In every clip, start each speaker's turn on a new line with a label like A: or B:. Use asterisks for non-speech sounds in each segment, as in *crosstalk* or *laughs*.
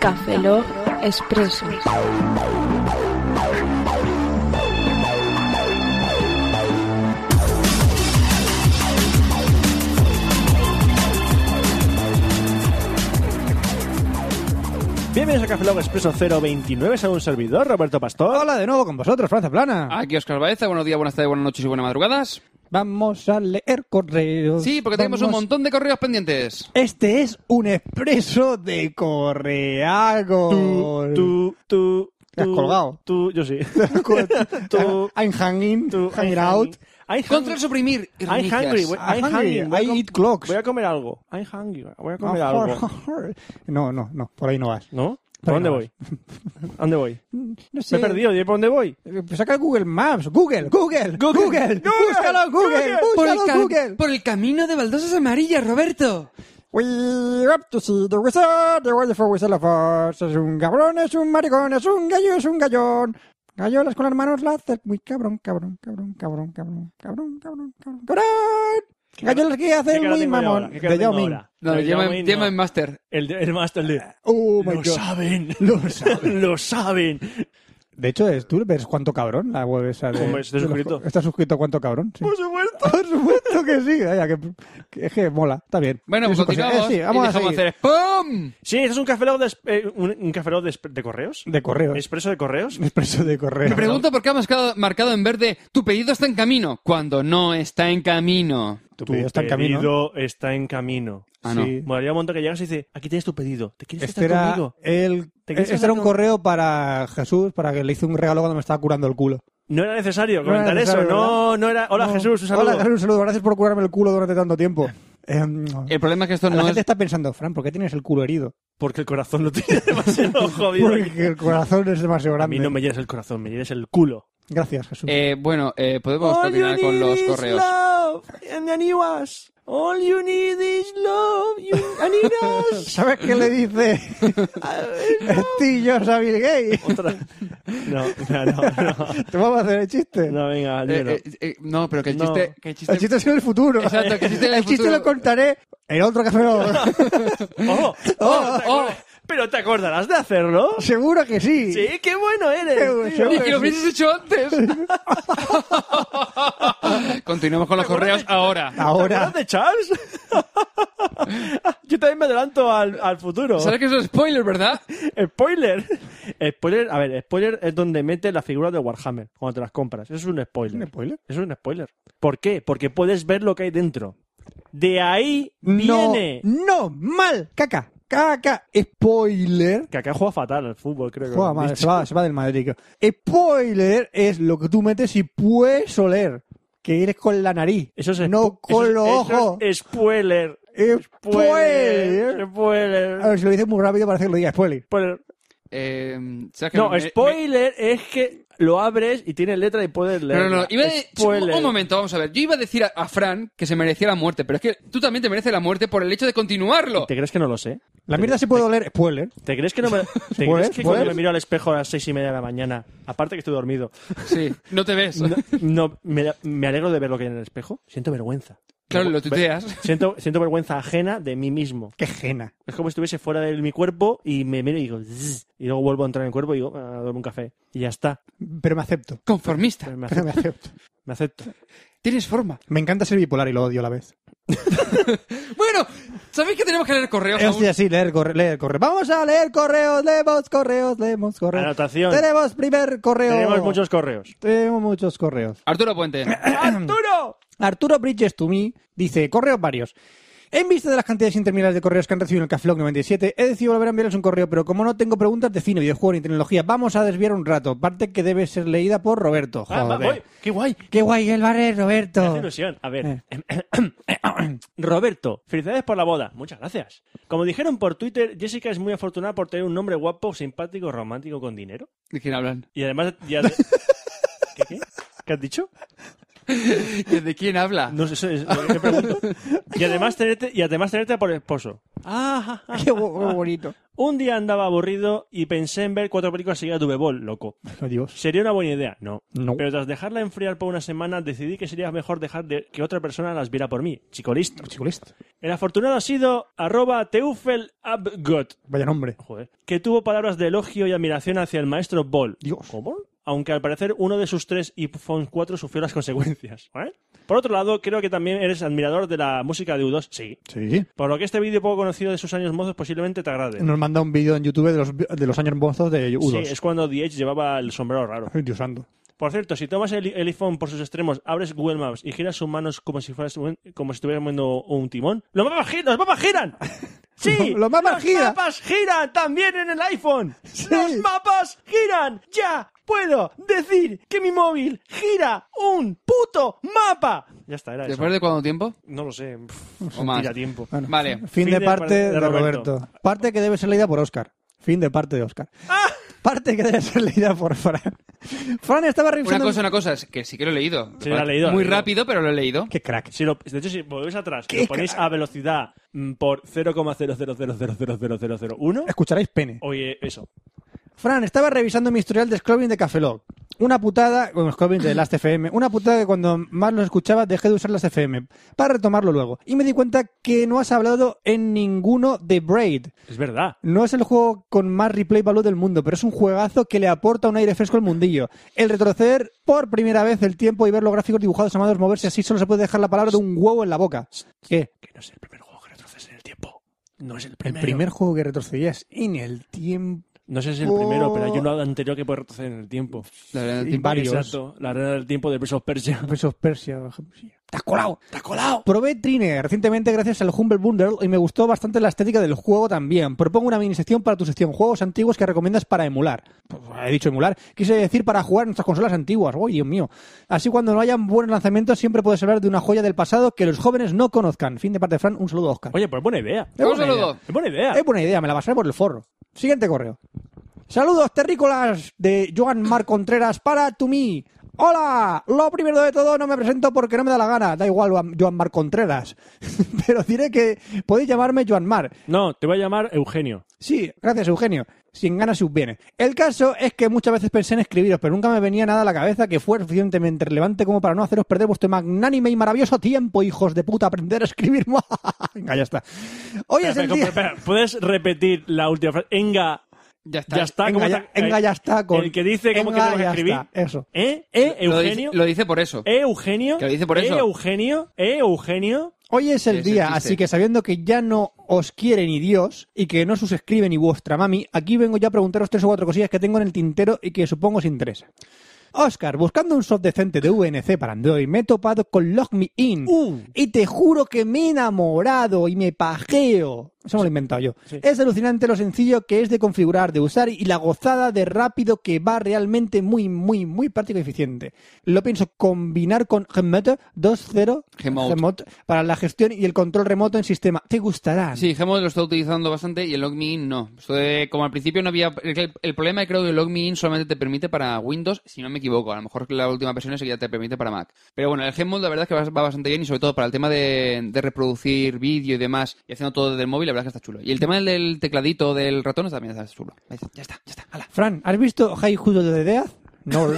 A: Café Log Expreso.
B: Bienvenidos a Café Log Expreso 029, soy un servidor, Roberto Pastor.
C: Hola de nuevo con vosotros, Franza Plana.
D: Aquí Oscar Baeza, buenos días, buenas tardes, buenas noches y buenas madrugadas.
C: Vamos a leer correos.
D: Sí, porque tenemos un
C: Pues Vamos-
D: montón de correos pendientes.
C: Este es un expreso de correago.
B: Tú, tú, tú.
C: Te has
B: tú,
C: colgado.
B: Tú, yo
C: *laughs*
B: sí. tú,
C: I'm hanging,
B: tú,
C: hanging out.
B: I'm hungry.
D: Control suprimir.
B: I'm
D: reinicias. Ah,
B: hungry. voy-
C: I'm
B: I'm
C: hungry.
B: hungry. Voy a
C: I
B: com-
C: eat clocks. Ah,
B: Voy a comer algo. I'm hungry. Voy a comer algo.
C: *laughs* No, no, no, por ahí no vas.
B: ¿No? ¿A
C: Pero
B: dónde
C: no.
B: voy? ¿A dónde
C: *laughs*
B: voy?
C: No sé.
B: Me he perdido. ¿Y por dónde voy?
C: Eh, pues Saca el Google Maps. Google, Google, Google. Búscalo, Google,
B: Google.
D: Por el,
C: búscalo,
D: cam-
C: Google.
D: por el camino de baldosas amarillas, Roberto.
C: We up to see the wizard, the wonderful wizard of Oz. Es un cabrón, es un maricón, es un gallo, es un gallón. Gallolas con las manos la hace muy cabrón, cabrón, cabrón, cabrón, cabrón, cabrón, cabrón, cabrón, cabrón. Gallolas que
B: ¿Qué
C: hacen
B: cara tengo
C: muy
B: yo
C: mamón.
B: ahora? ¿Qué cara
C: De
B: tengo
C: Yao Ming.
B: ahora?
D: No,
B: De Yao
D: llama
B: Ming,
D: llama
B: no.
D: en Master.
B: El, de- el master de...
C: *laughs* Oh my
B: lo
C: god.
B: saben.
C: *laughs* Lo
B: *laughs*
C: saben.
B: lo saben.
C: De hecho, es- tú ves cuánto cabrón la web esa de.
B: Hombre, estoy
C: de los-
B: suscrito.
C: ¿Estás suscrito cuánto cabrón? Sí.
B: Por supuesto.
C: Por supuesto que sí. Vaya, que, que, es que mola. Está bien.
D: Bueno, pues
C: Eso cosa-
D: continuamos.
C: eh, sí, vamos
D: y
C: a
D: dejamos
C: seguir.
D: hacer spam.
B: Sí, este es un café Lock de, eh, un, un café Lock de, de correos.
C: De correo.
B: ¿Expreso de correos?
C: Expreso de correo.
D: Me pregunto por qué ha marcado, marcado en verde tu pedido está en camino cuando no está en camino.
C: Tu pedido está en camino.
B: pedido está en camino.
D: Ah, no.
C: Sí.
B: Molaría un montón que llegas y dices, aquí tienes tu pedido. ¿Te quieres
C: Este
B: estar
C: era,
B: conmigo?
C: el,
B: ¿Te quieres
C: este
B: casar
C: era un
B: con-
C: correo para Jesús, para que le hice un regalo cuando me estaba curando el culo.
B: No era necesario
C: No era
B: comentar
C: necesario,
B: eso. No, no era... Hola,
C: No.
B: Jesús, un saludo.
C: Hola, Jesús, un saludo. Gracias por curarme el culo durante tanto tiempo. Eh,
D: El problema es que esto
C: la
D: no
C: gente
D: es...
C: está pensando, Fran, ¿por qué tienes el culo herido?
B: Porque el corazón lo tiene *laughs* demasiado jodido.
C: Porque el corazón es demasiado
B: A
C: grande.
B: mí no me llenes el corazón, me llenes el culo.
C: Gracias, Jesús.
D: Eh, bueno, eh, podemos terminar con los correos. Eh,
B: love and I need us. All you need is love you, and I need us.
C: *laughs* ¿Sabes qué le dice Steve Jobs a Bill Gates?
B: Otra. No, no, no.
C: *laughs* Te vamos a hacer el chiste.
B: No, no venga,
D: Eh,
B: yo no.
D: eh, eh, no, pero que el
B: No.
D: chiste... que el chiste-
C: El chiste es en el futuro.
D: Exacto, que existe en el
C: chiste
D: futuro.
C: lo contaré en otro café.
B: ¡Oh!
D: Oh,
C: *laughs*
D: oh.
B: Pero te acordarás de hacerlo.
C: Seguro que sí.
B: Sí, qué bueno
C: Qué
B: eres.
C: bueno.
B: tío.
D: Y que lo hubieses hecho antes. *laughs* Continuemos con los correos ahora.
B: ¿Te
C: Ahora.
B: acuerdas de Charles? *laughs* Yo también me adelanto al, al futuro.
D: ¿Sabes que es un spoiler, verdad?
B: Spoiler. Spoiler, a ver, spoiler es donde mete las figuras de Warhammer cuando te las compras. Eso es un spoiler.
C: ¿Un spoiler?
B: Eso es un spoiler. ¿Por qué? Porque puedes ver lo que hay dentro. De ahí
C: No,
B: viene.
C: no, mal, caca, caca, spoiler.
B: Que acá juega fatal al fútbol, creo que.
C: Joder,
B: lo han
C: madre,
B: dicho.
C: se, va, se va del Madrid. creo. Spoiler es lo que tú metes y puedes oler, que eres con la nariz,
B: Eso es
C: no
B: spo-
C: con
B: eso es-
C: los
B: eso es
C: ojos.
B: spoiler. Spoiler.
C: Spoiler. A
B: Spoiler.
C: ver, si lo dices muy rápido parece que lo diga spoiler.
B: Spoiler.
D: Eh, ¿sabes que
B: No,
D: me- me-
B: spoiler es que lo abres y tiene letra y puedes leer.
D: No, no, no. Iba a de-
B: Spoiler.
D: Un momento, vamos a ver. Yo iba a decir a, a Fran que se merecía la muerte, pero es que tú también te mereces la muerte por el hecho de continuarlo.
B: ¿Te crees que no lo sé?
C: La mierda se puede oler, spoiler.
B: ¿Te crees que
D: *laughs*
B: no me... ¿Te
C: Pues,
B: crees que cuando
C: pues.
B: me miro al espejo a las seis y media de la mañana, aparte que estoy dormido,
D: Sí, no te ves.
B: no, no- me, me alegro de ver lo que hay en el espejo? Siento vergüenza.
D: Claro,
B: Vergü-
D: lo tuiteas.
B: Siento, siento vergüenza ajena de mí mismo.
C: Qué jena.
B: Es como si estuviese fuera de mi cuerpo y me miro y digo... "Zzz", y luego vuelvo a entrar en el cuerpo y digo, ah, duermo un café. Y ya está.
C: Pero me acepto.
D: Conformista.
B: Pues me
C: Pero
B: acepto.
C: me acepto.
B: Me acepto.
D: Tienes forma.
C: Me encanta ser bipolar y lo odio a la vez.
D: Bueno, ¿sabéis que tenemos que leer correos aún?
C: Hostia, sí, leer correo, leer correo. Vamos a leer correos, leemos correos, leemos correos.
B: Anotación.
C: Tenemos primer correo.
B: Tenemos muchos correos.
C: Tenemos muchos correos.
D: Arturo Puente.
B: ¡Arturo!
C: Arturo Bridges to me dice, correos varios. En vista de las cantidades interminables de correos que han recibido en el Café Lock 97, he decidido volver a enviarles un correo, pero como no tengo preguntas de cine, videojuego ni tecnología, vamos a desviar un rato. Parte que debe ser leída por Roberto.
B: Ah, va,
C: Joder.
B: voy. ¡Qué guay!
C: ¡Qué guay el bar es,
B: Me
C: Roberto!
B: hace ilusión. A ver. *coughs* Roberto, felicidades por la boda. Muchas gracias. Como dijeron por Twitter, Jessica es muy afortunada por tener un nombre guapo, simpático, romántico, con dinero.
D: ¿De quién hablan?
B: Y además... y ade- ¿Qué, qué? ¿Qué has dicho?
D: ¿De quién habla?
B: No sé, eso es lo que pregunto. Y además tenerte, y además tenerte por esposo. *laughs* Ah, ah, ah.
C: Qué bo-
B: *laughs*
C: qué bonito.
B: Un día andaba aburrido y pensé en ver cuatro películas seguidas de Bebol, loco.
C: Adiós.
B: Sería una buena idea, no.
C: No.
B: Pero tras dejarla enfriar por una semana, decidí que sería mejor dejar de que otra persona las viera por mí. Chico listo.
C: Chico listo.
B: El afortunado ha sido arroba teufelabgot,
C: Vaya nombre.
B: joder, que tuvo palabras de elogio y admiración hacia el maestro Ball.
C: Dios.
B: ¿Cómo? Aunque al parecer uno de sus tres iPhone 4 sufrió las consecuencias. ¿eh? Por otro lado, creo que también eres admirador de la música de U2. Sí.
C: Sí.
B: Por lo que este vídeo poco conocido de sus años mozos posiblemente te agrade.
C: Nos manda un vídeo en YouTube de los, de los años mozos de
B: Sí,
C: U2.
B: es cuando The Edge llevaba el sombrero raro.
C: Ay, Dios santo.
B: Por cierto, si tomas el, el iPhone por sus extremos, abres Google Maps y giras sus manos como si fueras un- como si estuvieras moviendo un timón, ¡los mapas, gi- los mapas
C: *laughs*
B: giran! ¡Sí!
C: Los mapas giran.
B: mapas giran también en el iPhone!
C: Sí.
B: ¡Los mapas giran! ¡Ya! ¡Puedo decir que mi móvil gira un puto mapa! Ya está, era eso.
D: ¿Después de cuánto tiempo?
B: No lo sé. pff,
D: O más.
B: Tira tiempo.
C: Bueno,
D: Vale.
C: Fin, de, parte de, Roberto. Parte que debe ser leída por Oscar. Fin de parte de Oscar.
D: Ah.
C: Parte que debe ser leída por Fran. Fran estaba
D: Una
C: revisando.
D: cosa, una cosa, es que sí que lo he leído.
B: Sí, lo he leído,
D: Muy
B: lo he leído.
D: rápido, pero lo he leído.
C: Qué crack.
B: Si lo- de hecho, si volvéis atrás, y lo ponéis a velocidad mm, por 0,000000001,
C: Escucharéis pene.
B: oye, eso.
C: Fran, estaba revisando mi historial de Scrubbing de Cafelog. Una putada, con Scrubbing de Last FM, una putada que cuando más los escuchaba dejé de usar Last FM para retomarlo luego. Y me di cuenta que no has hablado en ninguno de Braid.
B: Es verdad.
C: No es el juego con más replay value del mundo, pero es un juegazo que le aporta un aire fresco al mundillo. El retroceder por primera vez el tiempo y ver los gráficos dibujados amados moverse así solo se puede dejar la palabra de un huevo en la boca. ¿Qué?
B: que no es el primer juego que retrocede en el tiempo. No es el
C: El
B: primero.
C: primer juego que retrocedías en el tiempo.
B: No sé si es el primero, pero
C: Oh.
B: hay uno anterior que puede retroceder en el tiempo.
D: La verdad,
C: Y
D: el tiempo-
C: varios.
B: Exacto. La arena del tiempo de Prince of Persia.
C: *laughs* Prince of Persia. por ejemplo, sí. ¡Te has colado!
B: ¡Te has colado!
C: Probé Trine recientemente gracias al Humble Bundle y me gustó bastante la estética del juego también. Propongo una mini sección para tu sección juegos antiguos que recomiendas para emular. Pues, He dicho emular, quise decir para jugar en nuestras consolas antiguas. ¡Uy, Dios mío! Así cuando no hayan buenos lanzamientos siempre puedes hablar de una joya del pasado que los jóvenes no conozcan. Fin de parte de Fran, un saludo a Oscar.
B: Oye, pues buena idea.
C: Es buena
D: Un saludo.
C: idea.
B: Es buena idea.
C: Es buena idea, me la pasaré por el forro. Siguiente correo. Saludos terrícolas de Joan Mar Contreras para to me. Hola, lo primero de todo no me presento porque no me da la gana. Da igual, Joan- Joan Mar Contreras. *laughs* Pero diré que podéis llamarme Joan Mar.
B: No, te voy a llamar Eugenio.
C: Sí, gracias Eugenio. Sin ganas se os viene. El caso es que muchas veces pensé en escribiros, pero nunca me venía nada a la cabeza que fuera suficientemente relevante como para no haceros perder vuestro magnánime y maravilloso tiempo, hijos de puta, aprender a escribir. *laughs* Venga, ya está. Hoy
B: Espera,
C: es el
B: espera,
C: día...
B: espera, espera. ¿Puedes repetir la última frase? Enga,
D: Ya está.
B: ya está.
C: Venga,
B: ¿cómo
C: ya,
B: está?
C: venga, ya está. Con,
B: El que dice cómo que
C: venga,
B: tenemos que
C: ya
B: escribir.
C: está, eso.
B: ¿Eh? ¿Eh,
D: Lo dice-
B: Eugenio?
D: Lo dice, por eso.
B: ¿Eh, Eugenio?
D: Que lo dice por
B: ¿Eh,
D: eso.
B: Eugenio? ¿Eh, Eugenio?
C: Hoy es el
D: Es el
C: día,
D: chiste.
C: así que sabiendo que ya no os quiere ni Dios y que no se os escribe ni vuestra mami, aquí vengo yo a preguntaros tres o cuatro cosillas que tengo en el tintero y que supongo os interesa. Oscar, buscando un soft decente de VNC para Android, me he topado con Log Me In.
B: Uh.
C: Y te juro que me he enamorado y me pajeo. Eso me lo he inventado yo.
B: Sí.
C: Es alucinante lo sencillo que es de configurar, de usar y la gozada de rápido que va realmente muy, muy, muy práctico y eficiente. Lo pienso combinar con Remote 2.0
D: Remote.
C: Remote para la gestión y el control remoto en sistema. ¿Te gustará?
D: Sí, Gmod lo está utilizando bastante y el Log Me In no. Esto de- como al principio no había... El, el problema creo que el Log Me In solamente te permite para Windows, si no me equivoco. A lo mejor la última versión es que ya te permite para Mac. Pero bueno, el Gmod la verdad es que va, va bastante bien y sobre todo para el tema de, de reproducir vídeo y demás y haciendo todo desde el móvil, la verdad es que está chulo. Y el tema del tecladito del ratón también está chulo. ¿Ves? Ya está, *laughs* ya está. Hala.
C: Fran, ¿has visto High School de Death?
B: *laughs*
C: No.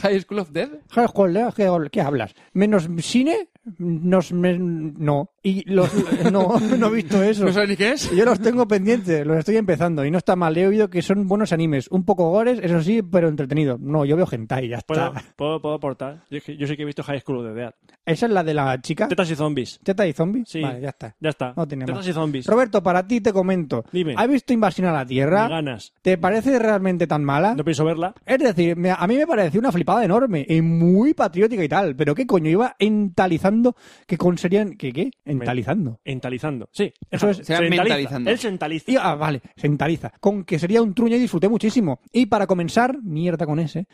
D: High School of Death.
C: High School of Death, ¿qué habl- ¿Qué hablas? ¿Menos cine? Nos, me- no. Y los, *laughs* no, no he visto eso.
D: ¿No sabes ni qué es?
C: Yo los tengo pendientes, los estoy empezando y no está mal. He oído que son buenos animes, un poco gores, eso sí, pero entretenido. No, yo veo hentai, ya
B: ¿Puedo,
C: está.
B: puedo, puedo aportar? Yo, es que- yo sé que he visto High School de Dead.
C: ¿Esa es la de la chica?
B: Tetas y zombies.
C: ¿Teta y zombies?
B: Sí.
C: Vale, ya está.
B: Ya está.
C: No tiene
B: Tetas
C: más.
B: y zombies.
C: Roberto, para ti te comento.
B: Dime.
C: ¿Has visto Invasión a la
B: Ni
C: Tierra?
B: ganas.
C: ¿Te parece realmente tan mala?
B: No pienso verla.
C: Es decir, me- a mí me pareció una flipada enorme y muy patriótica y tal, pero qué coño, iba entalizando que conseguían... ¿Qué qué? Entalizando.
B: Entalizando. Sí,
C: Eso
B: eso
C: es-
B: es.
D: Se va mentalizando.
B: Él se entaliza.
C: Y, ah, vale, se entaliza. Con que sería un truño y disfruté muchísimo. Y para comenzar, mierda con ese.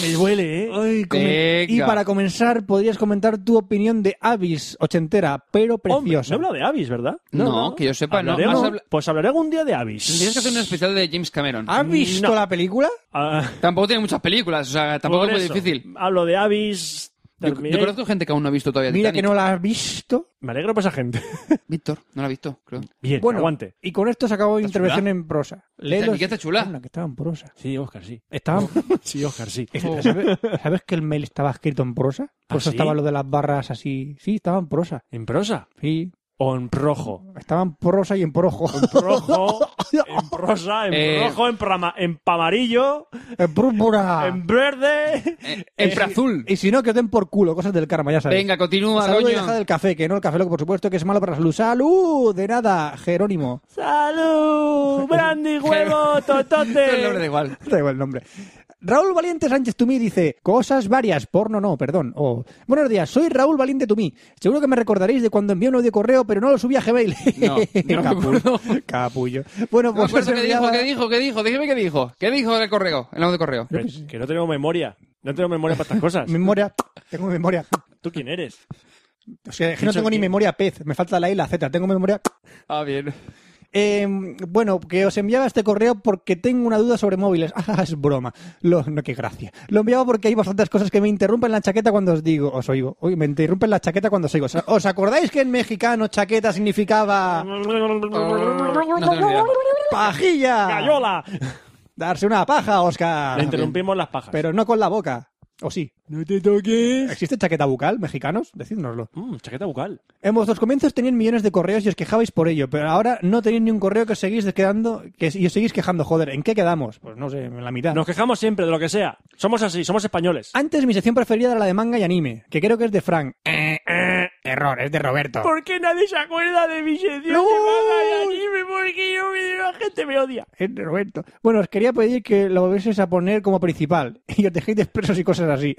B: Me duele, ¿eh?
C: Ay, comen-
D: Venga.
C: y para comenzar, podrías comentar tu opinión de Avis, ochentera, pero
B: Hombre, no
C: preciosa.
B: he hablado de Avis, ¿verdad?
D: No, que yo sepa, no.
B: Hablaré
D: Has
B: algún-
D: habla-
B: Pues hablaré algún día de Avis.
D: Tendrías que hacer un especial de James Cameron.
C: ¿Has visto
B: No.
C: la película?
B: Ah,
D: Tampoco tiene muchas películas, o sea, tampoco
B: por
D: es muy
B: eso,
D: difícil.
B: Hablo de Avis.
D: Yo,
B: También-
D: yo conozco gente que aún no ha visto todavía
C: Mira
D: Titanic.
C: que no la has visto.
B: Me alegro por esa gente. *laughs*
D: Víctor, no la ha visto, creo.
B: Bien,
C: Bueno,
B: aguante.
C: y con esto se acabó
D: Está
C: intervención
D: chula.
C: en prosa.
D: Titanic
C: Léelos.
D: está chula.
C: Bueno, que estaba en prosa.
B: Sí, Oscar, sí. Oh,
C: Estaba...
B: Sí, Oscar,
D: *laughs*
B: sí.
D: Oh.
C: ¿Sabes, sabes que el mail estaba escrito en prosa? Por
B: ¿Ah,
C: eso
B: sí?
C: estaba lo de las barras así. Sí, estaba en prosa.
B: ¿En prosa?
C: Sí,
B: ¿O en rojo?
C: estaba en prosa y en
D: *laughs*
C: projo.
B: Rojo, en prosa, en
D: Eh,
B: rojo, en, prama- en pamarillo,
C: En
D: ah.
C: púrpura.
B: en verde.
D: Eh, en
C: *laughs*
D: azul.
C: Y si no, que os den por culo, cosas del karma, ya sabes.
D: Venga, continúa,
C: Salud y
D: coño.
C: deja del café, que no el café loco, por supuesto, que es malo para la salud. ¡Salud! De nada, Jerónimo.
B: *laughs*
C: *laughs*
B: ¡Salud! ¡Brandy, huevo, *laughs*
D: El nombre da
B: totote!
D: igual.
C: Da igual el nombre. Raúl Valiente Sánchez Tumí dice, cosas varias, porno no, perdón. o, Buenos días, soy Raúl Valiente Tumí. Seguro que me recordaréis de cuando envié un audio correo, pero no lo subí a Gmail.
D: No,
C: *laughs*
D: no me *laughs* acuerdo.
C: Capullo. Bueno,
D: No me
C: pues
D: acuerdo
C: os
D: qué dijo,
C: enviaba-
D: qué dijo, qué dijo. Dígame qué dijo. ¿Qué dijo en el correo? En el de correo.
B: Pero es Que no tenemos memoria. No tenemos memoria para estas cosas.
C: Memoria, tengo memoria.
B: ¿Tú quién *laughs* eres?
C: O sea, es que no
B: Eso
C: tengo ni
B: que-
C: memoria pez, me falta la I y la Z, tengo memoria
D: Ah, bien.
C: Eh, bueno, que os enviaba este correo porque tengo una duda sobre móviles. *laughs* Ah, es broma. Lo, no, qué gracia. Lo enviaba porque hay bastantes cosas que me interrumpen la chaqueta cuando os digo, os oigo. Uy, me interrumpen la chaqueta cuando os oigo. ¿Os acordáis que en mexicano chaqueta significaba
D: Oh. No tengo ni idea.
C: pajilla?
B: ¡Cayola!
C: Darse una paja,
B: Le
C: Oscar.
B: interrumpimos las pajas.
C: Pero no con la boca. ¿O sí?
B: ¡No te toques!
C: ¿Existe chaqueta bucal, mexicanos? Decídnoslo.
B: Mm, chaqueta bucal.
C: En vuestros comienzos tenían millones de correos y os quejabais por ello, pero ahora no tenéis ni un correo que os seguís quedando que, y os seguís quejando. Joder, ¿en qué quedamos? Pues no sé, en la mitad.
B: Nos quejamos siempre de lo que sea. Somos así, somos españoles.
C: Antes mi sección preferida era la de manga y anime, que creo que es de
B: *laughs*
C: Frank. Eh, eh, error, es de Roberto.
B: ¿Por qué nadie se acuerda de mi sección
C: ¡No!
B: de manga y anime? Porque yo me la gente me odia.
C: Es de Roberto. Bueno, os quería pedir que lo volvieseis a poner como principal *laughs* y os dejéis de expresos y cosas
B: *laughs*
C: así.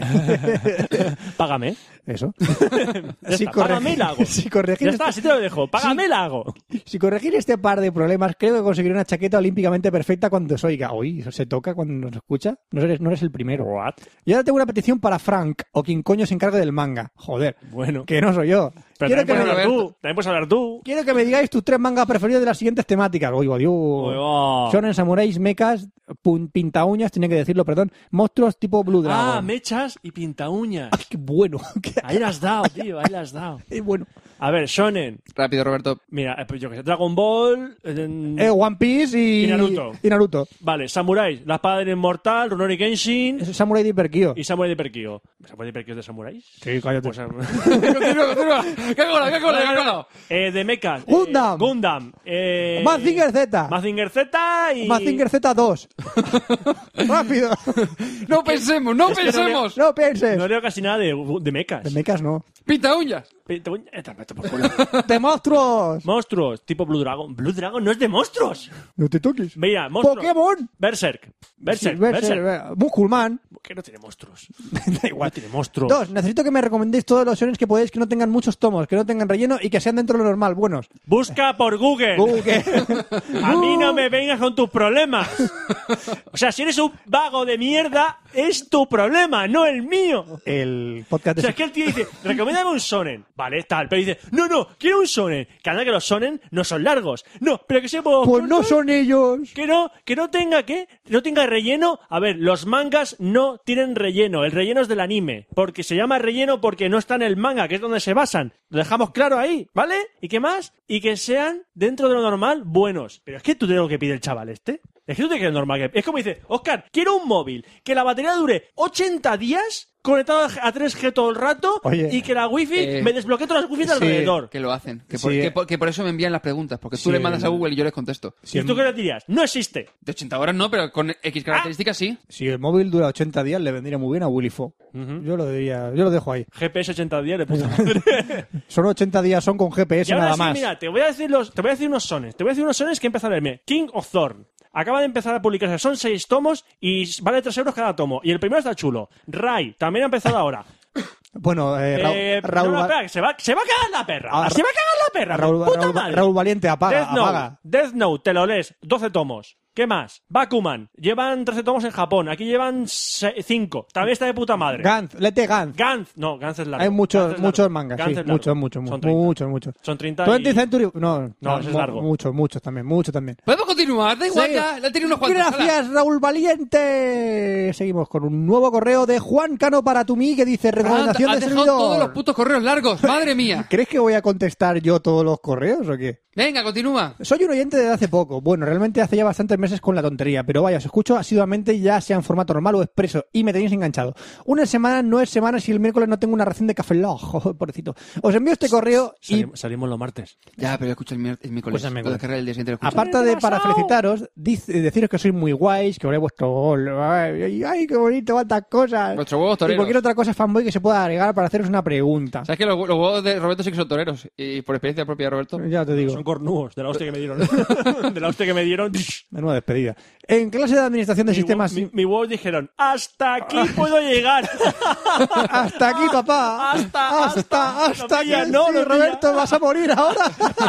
B: Págame.
C: Eso.
B: Ya está, págame y la hago.
C: si
B: Ya
C: corregís
B: está, así te lo dejo. Págame la hago.
C: Si corregir este par de problemas, creo que conseguiré una chaqueta olímpicamente perfecta cuando os oiga. Oye, ¿se toca cuando nos escucha? No eres, no eres el primero.
B: What?
C: Y ahora tengo una petición para Frank, o quien coño se encargue del manga. Joder,
B: Bueno.
C: que no soy yo.
B: Pero también
C: Quiero que,
B: puedes,
C: me,
D: lo
B: hablar
D: Roberto.
B: tú, también puedes hablar tú.
C: quiero que me digáis tus tres mangas preferidos de las siguientes temáticas. Oigo, adiós.
B: Oh.
C: Shonen, samuráis, mechas, pun- pintauñas, tenía que decirlo, perdón. Monstruos tipo Blue Dragon.
B: Ah, mechas y pinta uñas.
C: Ay, qué bueno. *laughs* qué-
B: Ahí las has dado, tío, ahí las has dado.
C: qué bueno.
B: A ver, Shonen.
D: Rápido, Roberto.
B: Mira, eh, pues yo que sé, Dragon Ball. eh,
C: Eh, One Piece y...
B: Y Naruto.
C: Y Naruto.
B: Vale, Samuráis, La Espada del Inmortal, Runori Genshin
C: Es Samurai de Hiperkio.
B: y Samurai de Perkio. ¿Samurai de Perkio es de Samuráis?
C: Sí, cállate. *laughs*
B: Pues,
D: Continúa, continúa. ¿Qué cola, qué cola, qué cola?
B: eh, de Mechas. eh,
C: Gundam.
B: Gundam. Eh,
C: Mazinger Z.
B: Mazinger Z y... *laughs*
C: Mazinger Z2. Rápido. *laughs*
D: No pensemos, no
B: que no
D: pensemos.
C: No pienses.
B: No leo casi nada de, de mechas.
C: De mechas no.
D: Pinta uñas.
B: Pe- te voy- eh, te meto por culo. *laughs*
C: ¡De monstruos!
B: monstruos, tipo Blue Dragon. Blue Dragon no es de monstruos.
C: No te toques.
B: Mira, monstruos.
C: Pokémon.
B: Berserk. Berserk.
C: Sí,
B: Berserk.
C: Berserk. eh, Musculman.
B: ¿Por qué no tiene
C: *laughs*
B: monstruos? da igual. tiene monstruos.
C: Dos, necesito que me recomendéis todos los shonen que podéis que no tengan muchos tomos, que no tengan relleno y que sean dentro de lo normal, buenos.
B: Busca por Google.
C: *laughs* Google.
B: A mí no me vengas con tus problemas. O sea, si eres un vago de mierda, es tu problema, no el mío.
C: El
B: *laughs*
C: podcast
B: O
C: de...
B: sea, es que el tío dice, recomiéndame un sonen. Vale, tal. Pero dice, no, no, quiero un sonen. Que anda que los sonen no son largos. No, pero que sean
C: Pues no son ellos.
B: Que no, que no tenga, ¿qué? No tenga relleno. A ver, los mangas no tienen relleno. El relleno es del anime. Porque se llama relleno porque no está en el manga, que es donde se basan. Lo dejamos claro ahí, ¿vale? ¿Y qué más? Y que sean, dentro de lo normal, buenos. Pero es que tú te lo que pide el chaval este. Es que tú te crees normal que... Es como dice, Oscar, quiero un móvil que la batería dure 80 días conectado a 3G todo el rato
C: Oye.
B: y que la wifi
D: Eh,
B: me desbloquee todas las wifi de
C: sí,
B: alrededor.
D: Que lo hacen. Que por,
C: Sí.
D: que por- que por eso me envían las preguntas. Porque tú
C: Sí.
D: le mandas a Google y yo les contesto.
C: Si
B: ¿Y tú qué
C: el,
B: le dirías? No existe.
D: De 80 horas no, pero con
C: Ah.
D: X características sí.
C: si el móvil dura 80 días, le vendría muy bien a Willy Fogg. Yo lo diría, yo lo dejo ahí.
B: GPS 80 días de puta
C: *laughs*
B: madre.
C: Son 80 días, son con
B: Y
C: GPS
B: ahora
C: nada
B: sí,
C: más.
B: mira, te voy a decir los, te voy a decir unos sones. Te voy a decir unos sones que he empezado a leerme. King of Thorn. Acaba de empezar a publicarse. Son seis tomos y vale tres euros cada tomo. Y el primero está chulo. Rai, también ha empezado ahora.
C: Bueno, *laughs* eh, Ra-
B: Eh,
C: Raúl,
B: no, no,
C: Va-
B: espera, que se, va, se va a cagar la perra.
C: Ah,
B: se va a cagar la perra.
C: Raúl,
B: puta
C: Raúl-
B: madre.
C: Raúl Valiente, apaga,
B: Death Note,
C: apaga.
B: Death Note, te lo lees. 12 tomos. ¿Qué más? Bakuman. Llevan 13 tomos en Japón. Aquí llevan 5. También está de puta madre.
C: Gantz, lete Gantz.
B: Gantz. No, Gantz es largo.
C: Hay
B: Gantz
C: muchos,
B: es largo.
C: muchos mangas,
B: Gantz
C: sí,
B: es largo.
C: muchos, muchos,
B: Son
C: muchos,
B: 30.
C: muchos, muchos.
B: Son 30 y-
C: 20 Century, no, no,
B: ese es
C: mu-
B: largo.
C: Muchos, muchos también, muchos también.
D: ¿Podemos continuar? Da igual,
C: Sí.
D: ya, ya tiene unos cuantos. hala.
C: Gracias, Raúl Valiente. Seguimos con un nuevo correo de Juan Cano para tu mí que dice
D: Ah,
C: recomendación
D: Has
C: de
D: dejado todos los
C: servidor.
D: putos correos largos, madre mía.
C: ¿Crees *laughs* que voy a contestar yo todos los correos o qué?
D: Venga, continúa.
C: Soy un oyente desde hace poco. Bueno, realmente hace ya bastantes meses con la tontería, pero vaya, os escucho asiduamente ya sea en formato normal o expreso y me tenéis enganchado. Una semana no es semana si el miércoles no tengo una ración de café Lock, joder, *laughs* pobrecito. Os envío este correo y
B: Salim- Salimos los martes.
D: Ya, pero escucha el, mier- el miércoles.
C: Pues el
D: Puedo
C: miércoles.
D: descargar el día siguiente. lo escucho.
C: Aparte de
B: oh.
C: para felicitaros, dice- deciros que sois muy guays, que habréis vuestro gol. Ay, ay, qué bonito, cuántas cosas.
D: Vuestros huevos
C: y
D: toreros.
C: cualquier otra cosa fanboy que se pueda agregar para haceros una pregunta.
D: ¿Sabes que los, los huevos de Roberto sí que son toreros? Y por experiencia propia, Roberto.
C: Ya te digo.
B: Son cornudos, de la hostia que me
C: *laughs*
B: dieron. de la hostia que me dieron. Mi
C: Menuda despedida. En clase de administración de sistemas.
B: wo- Mi, mi wow dijeron, hasta aquí puedo
C: *laughs*
B: llegar. *laughs*
C: Hasta aquí, papá.
B: Hasta, hasta.
C: hasta, hasta
B: No pilla,
C: aquí.
B: no,
C: Sí,
B: no pilla.
C: Roberto, vas a morir ahora.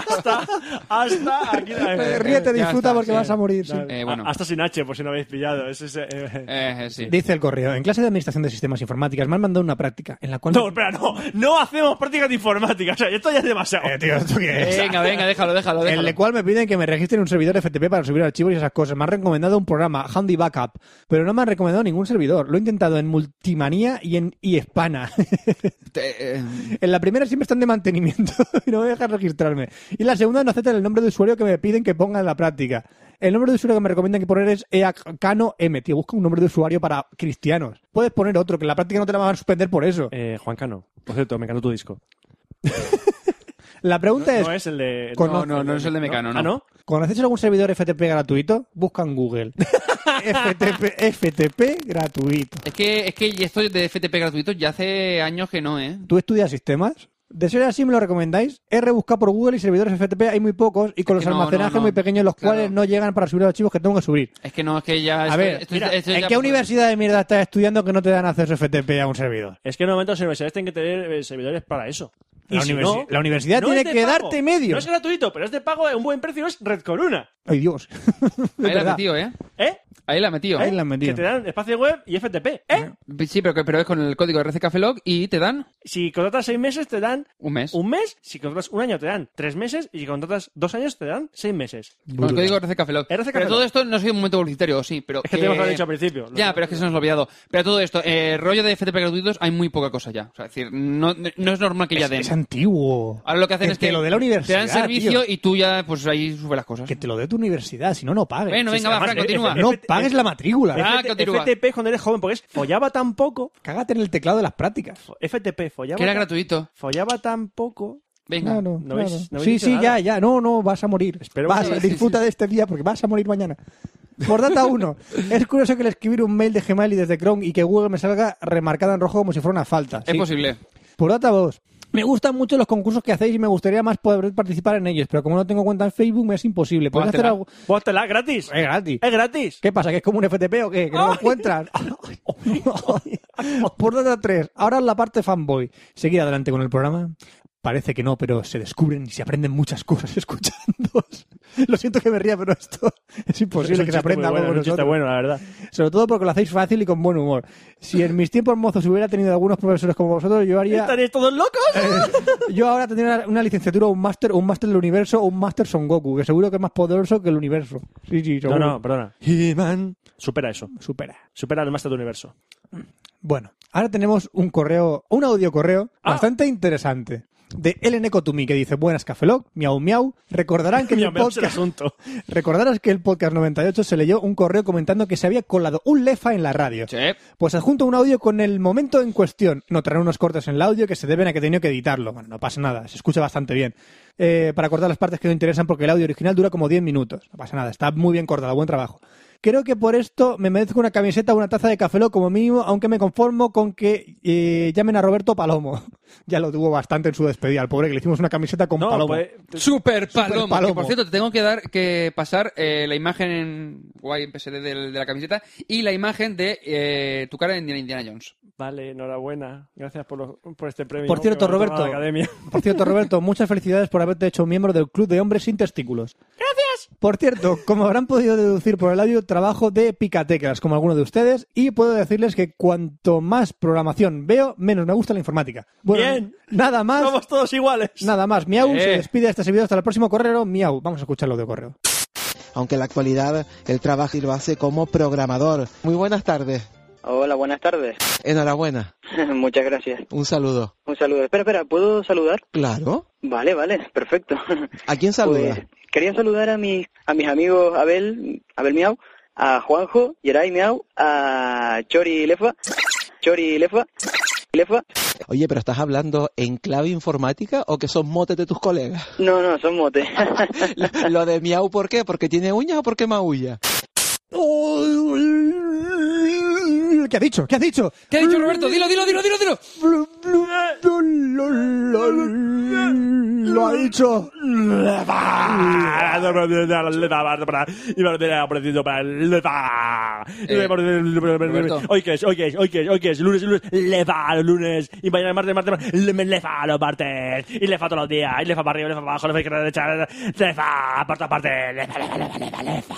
B: hasta, hasta aquí.
C: Eh,
B: Eh,
C: Ríete,
D: ya
C: disfruta
D: está,
C: porque
D: sí.
C: vas a morir. sí.
D: Eh, bueno.
B: a- Hasta sin H, por si no habéis pillado. Es ese, eh.
D: Eh, eh, sí.
C: Dice el correo. En clase de administración de sistemas informáticas me han mandado una práctica en
B: *laughs*
C: la
B: *laughs*
C: cual.
B: No, espera, no. No hacemos prácticas de informática. O sea, esto ya es demasiado.
C: Eh, tío, ¿esto qué es?
D: Venga, venga, déjalo, déjalo,
C: En
D: déjalo.
C: el cual me piden que me registre en un servidor FTP para subir archivos y esas cosas. Me han recomendado un programa, Handy Backup, pero no me han recomendado ningún servidor. Lo he intentado en Multimanía y en y Hispana. *laughs*
D: Te- eh,
C: en la primera siempre están de mantenimiento *laughs* y no me dejan registrarme. Y la segunda no aceptan el nombre de usuario que me piden que ponga en la práctica. El nombre de usuario que me recomiendan que poner es Eacano M. Tío, busca un nombre de usuario para cristianos. Puedes poner otro, que en la práctica no te la van a suspender por eso.
B: Eh, Juan Cano, por cierto, me encantó tu disco.
C: La pregunta es,
B: No es el de.
C: Con-
D: No, no, no es el de Mecano, no.
B: Ah, ¿no?
C: ¿Conocéis algún servidor FTP gratuito? Busca en Google. *laughs* FTP, FTP gratuito.
D: Es que, es que esto de FTP gratuito ya hace años que no, ¿eh?
C: ¿Tú estudias sistemas? De ser así, ¿me lo recomendáis? He rebuscado por Google y servidores FTP hay muy pocos y con los
D: que no,
C: almacenajes
D: no, no.
C: muy pequeños los
D: Claro.
C: cuales no llegan para subir los archivos que tengo que subir.
D: Es que no, es que ya...
C: A
D: esto-
C: ver,
D: esto-
B: mira,
D: esto
C: ¿En
D: ya-
C: qué universidad de mierda estás estudiando que no te dan acceso FTP a un servidor?
B: Es que en momentos las universidades tienen que tener eh, servidores para eso. Y
C: La
B: si
C: universi-
B: no,
C: la universidad
B: no
C: tiene
B: es de
C: que
B: pago.
C: darte medios.
B: No es gratuito, pero es de pago a un buen precio, es Red Corona.
C: ¡Ay, Dios! *laughs*
D: Ahí la
C: verdad.
D: ha metido, ¿eh?
B: ¿Eh?
D: Ahí la ha metido.
C: Ahí la han metido.
B: Que te dan espacio web y FTP. ¿Eh?
D: Sí, pero, que- pero es con el código RC Café Lock y te dan
B: Si contratas seis meses, te dan
D: un mes.
B: un mes. Si contratas un año, te dan tres meses. Y si contratas dos años, te dan seis meses.
D: Con el código RC Café Lock.
B: RC Café
D: Pero todo
B: Lock.
D: esto no ha sido un momento publicitario, sí, pero...
B: Es que
D: eh,
B: tenemos que haber dicho al principio.
D: Ya, pero es que se nos ha olvidado. Pero todo esto, eh, rollo de FTP gratuitos, hay muy poca cosa ya. O sea, es decir, no, no es normal que ya
C: Es,
D: den.
C: es antiguo.
D: Ahora lo que hacen es
C: te
D: que
C: lo de la universidad,
D: te dan servicio
C: tío.
D: y tú ya, pues ahí sube las cosas.
C: Que te lo dé tu universidad, si no, no pagues.
D: Bueno,
C: Sí,
D: venga, va,
B: además,
D: Fran,
B: eh,
D: continúa.
B: eh,
C: No
B: FT-
C: pagues la matrícula.
D: Ah,
B: FT-
D: continúa.
B: FTP cuando eres joven, porque es- follaba tan poco.
C: Cágate en el teclado de las prácticas.
B: FTP, follaba.
D: Que era
B: tan-
D: gratuito.
B: Follaba tan poco.
D: Venga.
C: Claro,
B: No
C: claro.
B: habéis- no habéis
C: sí,
B: dicho
C: sí,
B: nada.
C: ya, ya. No, no, vas a morir.
B: Espero
C: Vas-
D: que- sí, sí,
C: disfruta de este día porque vas a morir mañana. Por data 1, es curioso que el escribir un mail de Gmail y desde Chrome y que Google me salga remarcada en rojo como si fuera una falta.
D: Es
C: Sí.
D: posible.
C: Por data 2, me gustan mucho los concursos que hacéis y me gustaría más poder participar en ellos, pero como no tengo cuenta en Facebook me es imposible. ¿Podéis hacer
D: Póntela.
C: algo?
B: Póstela gratis.
C: Es gratis.
B: Es gratis.
C: ¿Qué pasa? ¿Que es como un FTP o qué? ¿Que no
B: *laughs*
C: lo encuentras? Por data 3, ahora la parte fanboy. Seguir adelante con el programa. Parece que no, pero se descubren y se aprenden muchas cosas *laughs* escuchándoos. Lo siento que me ría, pero esto *laughs* es
B: Es
C: imposible
B: un
C: Pues que se
B: chiste
C: aprenda
B: muy bueno,
C: algo con
B: es un chiste
C: nosotros.
B: bueno, la verdad.
C: Sobre todo porque lo hacéis fácil y con buen humor. Si en mis tiempos mozos hubiera tenido algunos profesores como vosotros, yo haría...
B: ¿Estaréis todos locos?
C: Eh, Yo ahora tendría una, una licenciatura, un máster, un máster del universo o un máster Son Goku, que seguro que es más poderoso que el universo. Sí, sí,
B: No,
C: seguro.
B: no, perdona. Supera eso.
C: Supera.
B: Supera el máster de universo.
C: Bueno, ahora tenemos un correo, un audio correo
B: Ah.
C: bastante interesante de Ellen Ecotumi que dice Buenas Cafeloc, miau miau.
B: *laughs*
C: Recordarán que en
B: Mira,
C: *laughs* el
B: me das el
C: podcast
B: asunto.
C: recordarás que el podcast 98 se leyó un correo comentando que se había colado un lefa en la radio.
D: Che.
C: Pues adjunto un audio con el momento en cuestión. Notarán unos cortes en el audio que se deben a que he tenido que editarlo. Bueno, no pasa nada, se escucha bastante bien. Eh, para cortar las partes que no interesan porque el audio original dura como 10 minutos. No pasa nada, está muy bien cortado, buen trabajo. Creo que por esto me merezco una camiseta o una taza de café Lock como mínimo, aunque me conformo con que eh, llamen a Roberto Palomo. *laughs* ya lo tuvo bastante en su despedida, al pobre que le hicimos una camiseta con
B: No,
C: Palomo.
B: pues,
D: Super Palomo.
C: Super Palomo.
D: Que, por cierto, te tengo que dar que pasar eh, la imagen en guay en PSD del- de la camiseta y la imagen de eh, tu cara en Indiana Jones.
B: vale, enhorabuena. Gracias por, lo- por este premio.
C: Por cierto,
B: que me ha
C: Roberto.
B: otorgado la academia.
C: Por cierto, Roberto, muchas felicidades por haberte hecho miembro del Club de Hombres Sin Testículos.
B: Gracias.
C: Por cierto, como habrán podido deducir por el audio, trabajo de picateclas, como alguno de ustedes, y puedo decirles que cuanto más programación veo, menos me gusta la informática. Bueno,
B: Bien.
C: nada más.
B: Somos todos iguales.
C: Nada más, Miau
D: Eh.
C: se despide de este servidor hasta el próximo correo. Miau, vamos a escucharlo de correo.
E: aunque en la actualidad el trabajo lo hace como programador. Muy buenas tardes.
F: Hola, buenas tardes. *laughs*
E: Enhorabuena.
F: Muchas gracias.
E: Un saludo.
F: Un saludo. Espera, espera, ¿puedo saludar?
E: Claro.
F: Vale, vale, perfecto.
E: ¿A quién saluda?
F: Pues, quería saludar a mis, a mis amigos Abel, Abel Miau, a Juanjo, Yeray Miau, a Chori Lefa, Chori Lefa, Lefa.
E: Oye, pero estás hablando en clave informática o que son motes de tus colegas. *laughs*
F: No, no, son motes.
E: Lo de miau, ¿por qué? ¿Porque tiene uñas o porque maulla?
C: ¿Qué ha dicho? ¿Qué ha dicho?
D: ¿Qué ha dicho Roberto? Dilo, dilo, dilo, dilo, dilo.
C: Lo ha dicho.
B: Eh.
D: Roberto.
B: Hoy que es, hoy que es, hoy que es, hoy que es, lunes, lunes, lefa los lunes, y mañana martes, martes, martes, le- me lefa los martes, y lefa todos los días, y lefa para arriba, lefa para abajo, lefa izquierda, derecha, lefa por todas partes, lefa, lefa, lefa, lefa, lefa.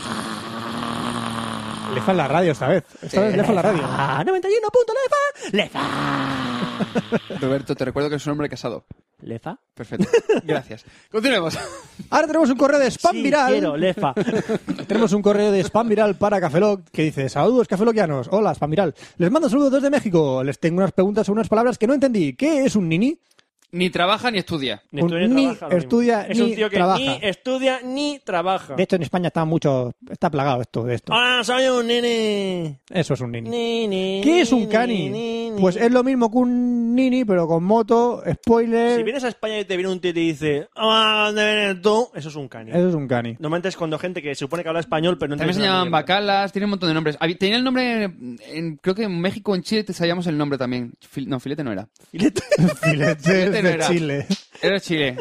C: Le fan la radio esta vez. Esta vez le fan la radio.
B: Ah, 91 puntos, lefa, lefa.
D: Roberto, te recuerdo que es un hombre casado.
B: ¿Lefa? *laughs*
D: Perfecto. Gracias. Continuemos.
C: Ahora tenemos un correo de spam
B: Sí,
C: viral.
B: quiero,
C: *laughs*
B: lefa.
C: Tenemos un correo de spam viral para Cafeloc que dice, saludos cafeloquianos, hola spam viral, les mando saludos desde México, les tengo unas preguntas o unas palabras que no entendí, ¿qué es un nini?
D: Ni trabaja ni estudia.
B: Ni
C: Un-
B: estudia
C: ni
B: trabaja, lo mismo.
C: estudia,
B: Es
C: ni
B: un tío que
C: trabaja.
B: ni estudia ni trabaja.
C: De hecho en España está mucho, está plagado esto de esto.
B: Hola, Ah, soy un nene.
C: Eso es un nini.
B: Nene,
C: ¿Qué es un
B: nene,
C: cani?
B: nene.
C: Pues es lo mismo que un nini pero con moto, spoiler,
B: Si vienes a España y te viene un tío y te dice, "Ah, ¿dónde vienes tú? Eso es un cani.
C: eso es un *laughs* cani.
B: Normalmente es cuando gente que se supone que habla español, pero no
D: También se
B: entiende una
D: llamaban
B: mierda.
D: bacalas, tiene un montón de nombres. Había- Tenía el nombre, en- en- creo que en México, en Chile, te sabíamos el nombre también. Fil- no, filete no era.
C: Filetes
D: Filete no
C: de
D: era.
C: Chile.
D: Era Chile.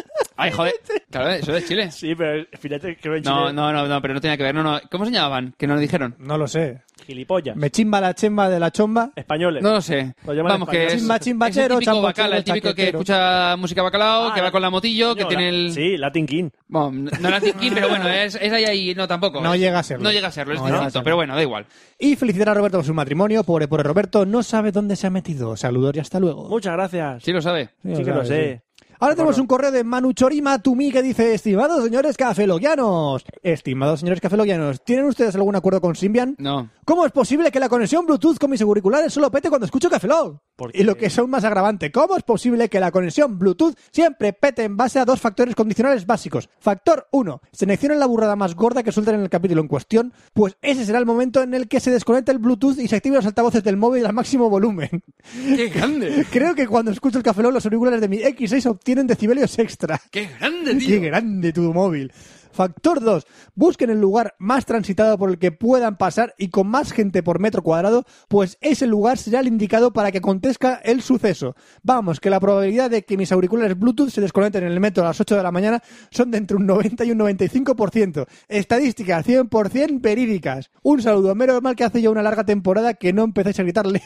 B: *laughs*
D: Ay, joder. Claro, eso de Chile.
B: *laughs* Sí, pero fíjate, creo que en
D: No,
B: Chile-
D: no, no, no, pero no tenía que ver. No, no. ¿Cómo se llamaban? Que no lo dijeron.
C: No lo sé.
B: Gilipollas.
C: Me chimba la chemba de la chomba.
B: Españoles.
D: No lo sé.
B: Lo llaman
D: Vamos, que
B: español.
D: es,
C: Chimba,
D: es el
C: chimbachero,
D: típico
C: chambochero,
D: bacala, el típico que
C: chaquetero.
D: escucha música bacalao,
B: Ah,
D: que va
B: la-
D: con la motillo, que
B: No,
D: tiene
B: la-
D: el...
B: Sí, Latin King.
D: Bueno, no- no era Tinkin,
B: *laughs*
D: pero bueno, es, es ahí, ahí, no tampoco.
C: No
D: Es-
C: llega a serlo.
D: No llega a serlo, es
C: No llega a
D: distinto,
C: serlo.
D: pero bueno, da igual.
C: Y felicitar a Roberto por su matrimonio. Pobre, pobre Roberto, no sabe dónde se ha metido. Saludos y hasta luego.
B: Muchas gracias.
D: Sí lo sabe.
B: sí
C: Sí,
B: que
C: sabe,
B: lo sé.
C: sí. Ahora tenemos un correo de Manu Chorima Tumi que dice, estimados señores cafelogianos, estimados señores cafelogianos, ¿tienen ustedes algún acuerdo con Symbian?
B: *laughs*
D: No.
C: ¿Cómo es posible que la conexión Bluetooth con mis auriculares solo pete cuando escucho Cafelog?
B: ¿Por qué?
C: Y lo que es aún más agravante, ¿cómo es posible que la conexión Bluetooth siempre pete en base a dos factores condicionales básicos? Factor 1. Seleccionen la burrada más gorda que suelten en el capítulo en cuestión, pues ese será el momento en el que se desconecta el Bluetooth y se activen los altavoces del móvil al máximo volumen. *laughs*
D: ¡Qué grande!
C: Creo que cuando escucho el Cafelog los auriculares de mi X6 obtienen decibelios extra.
D: ¡Qué grande,
C: ¡Qué
D: tío!
C: grande tu móvil! Factor 2. Busquen el lugar más transitado por el que puedan pasar y con más gente por metro cuadrado, pues ese lugar será el indicado para que acontezca el suceso. Vamos, que la probabilidad de que mis auriculares Bluetooth se desconecten en el metro a las 8 de la mañana son de entre un 90 y un 95%. Estadísticas 100% verídicas. Un saludo. Menos mal que hace ya una larga temporada que no empezáis a gritarle.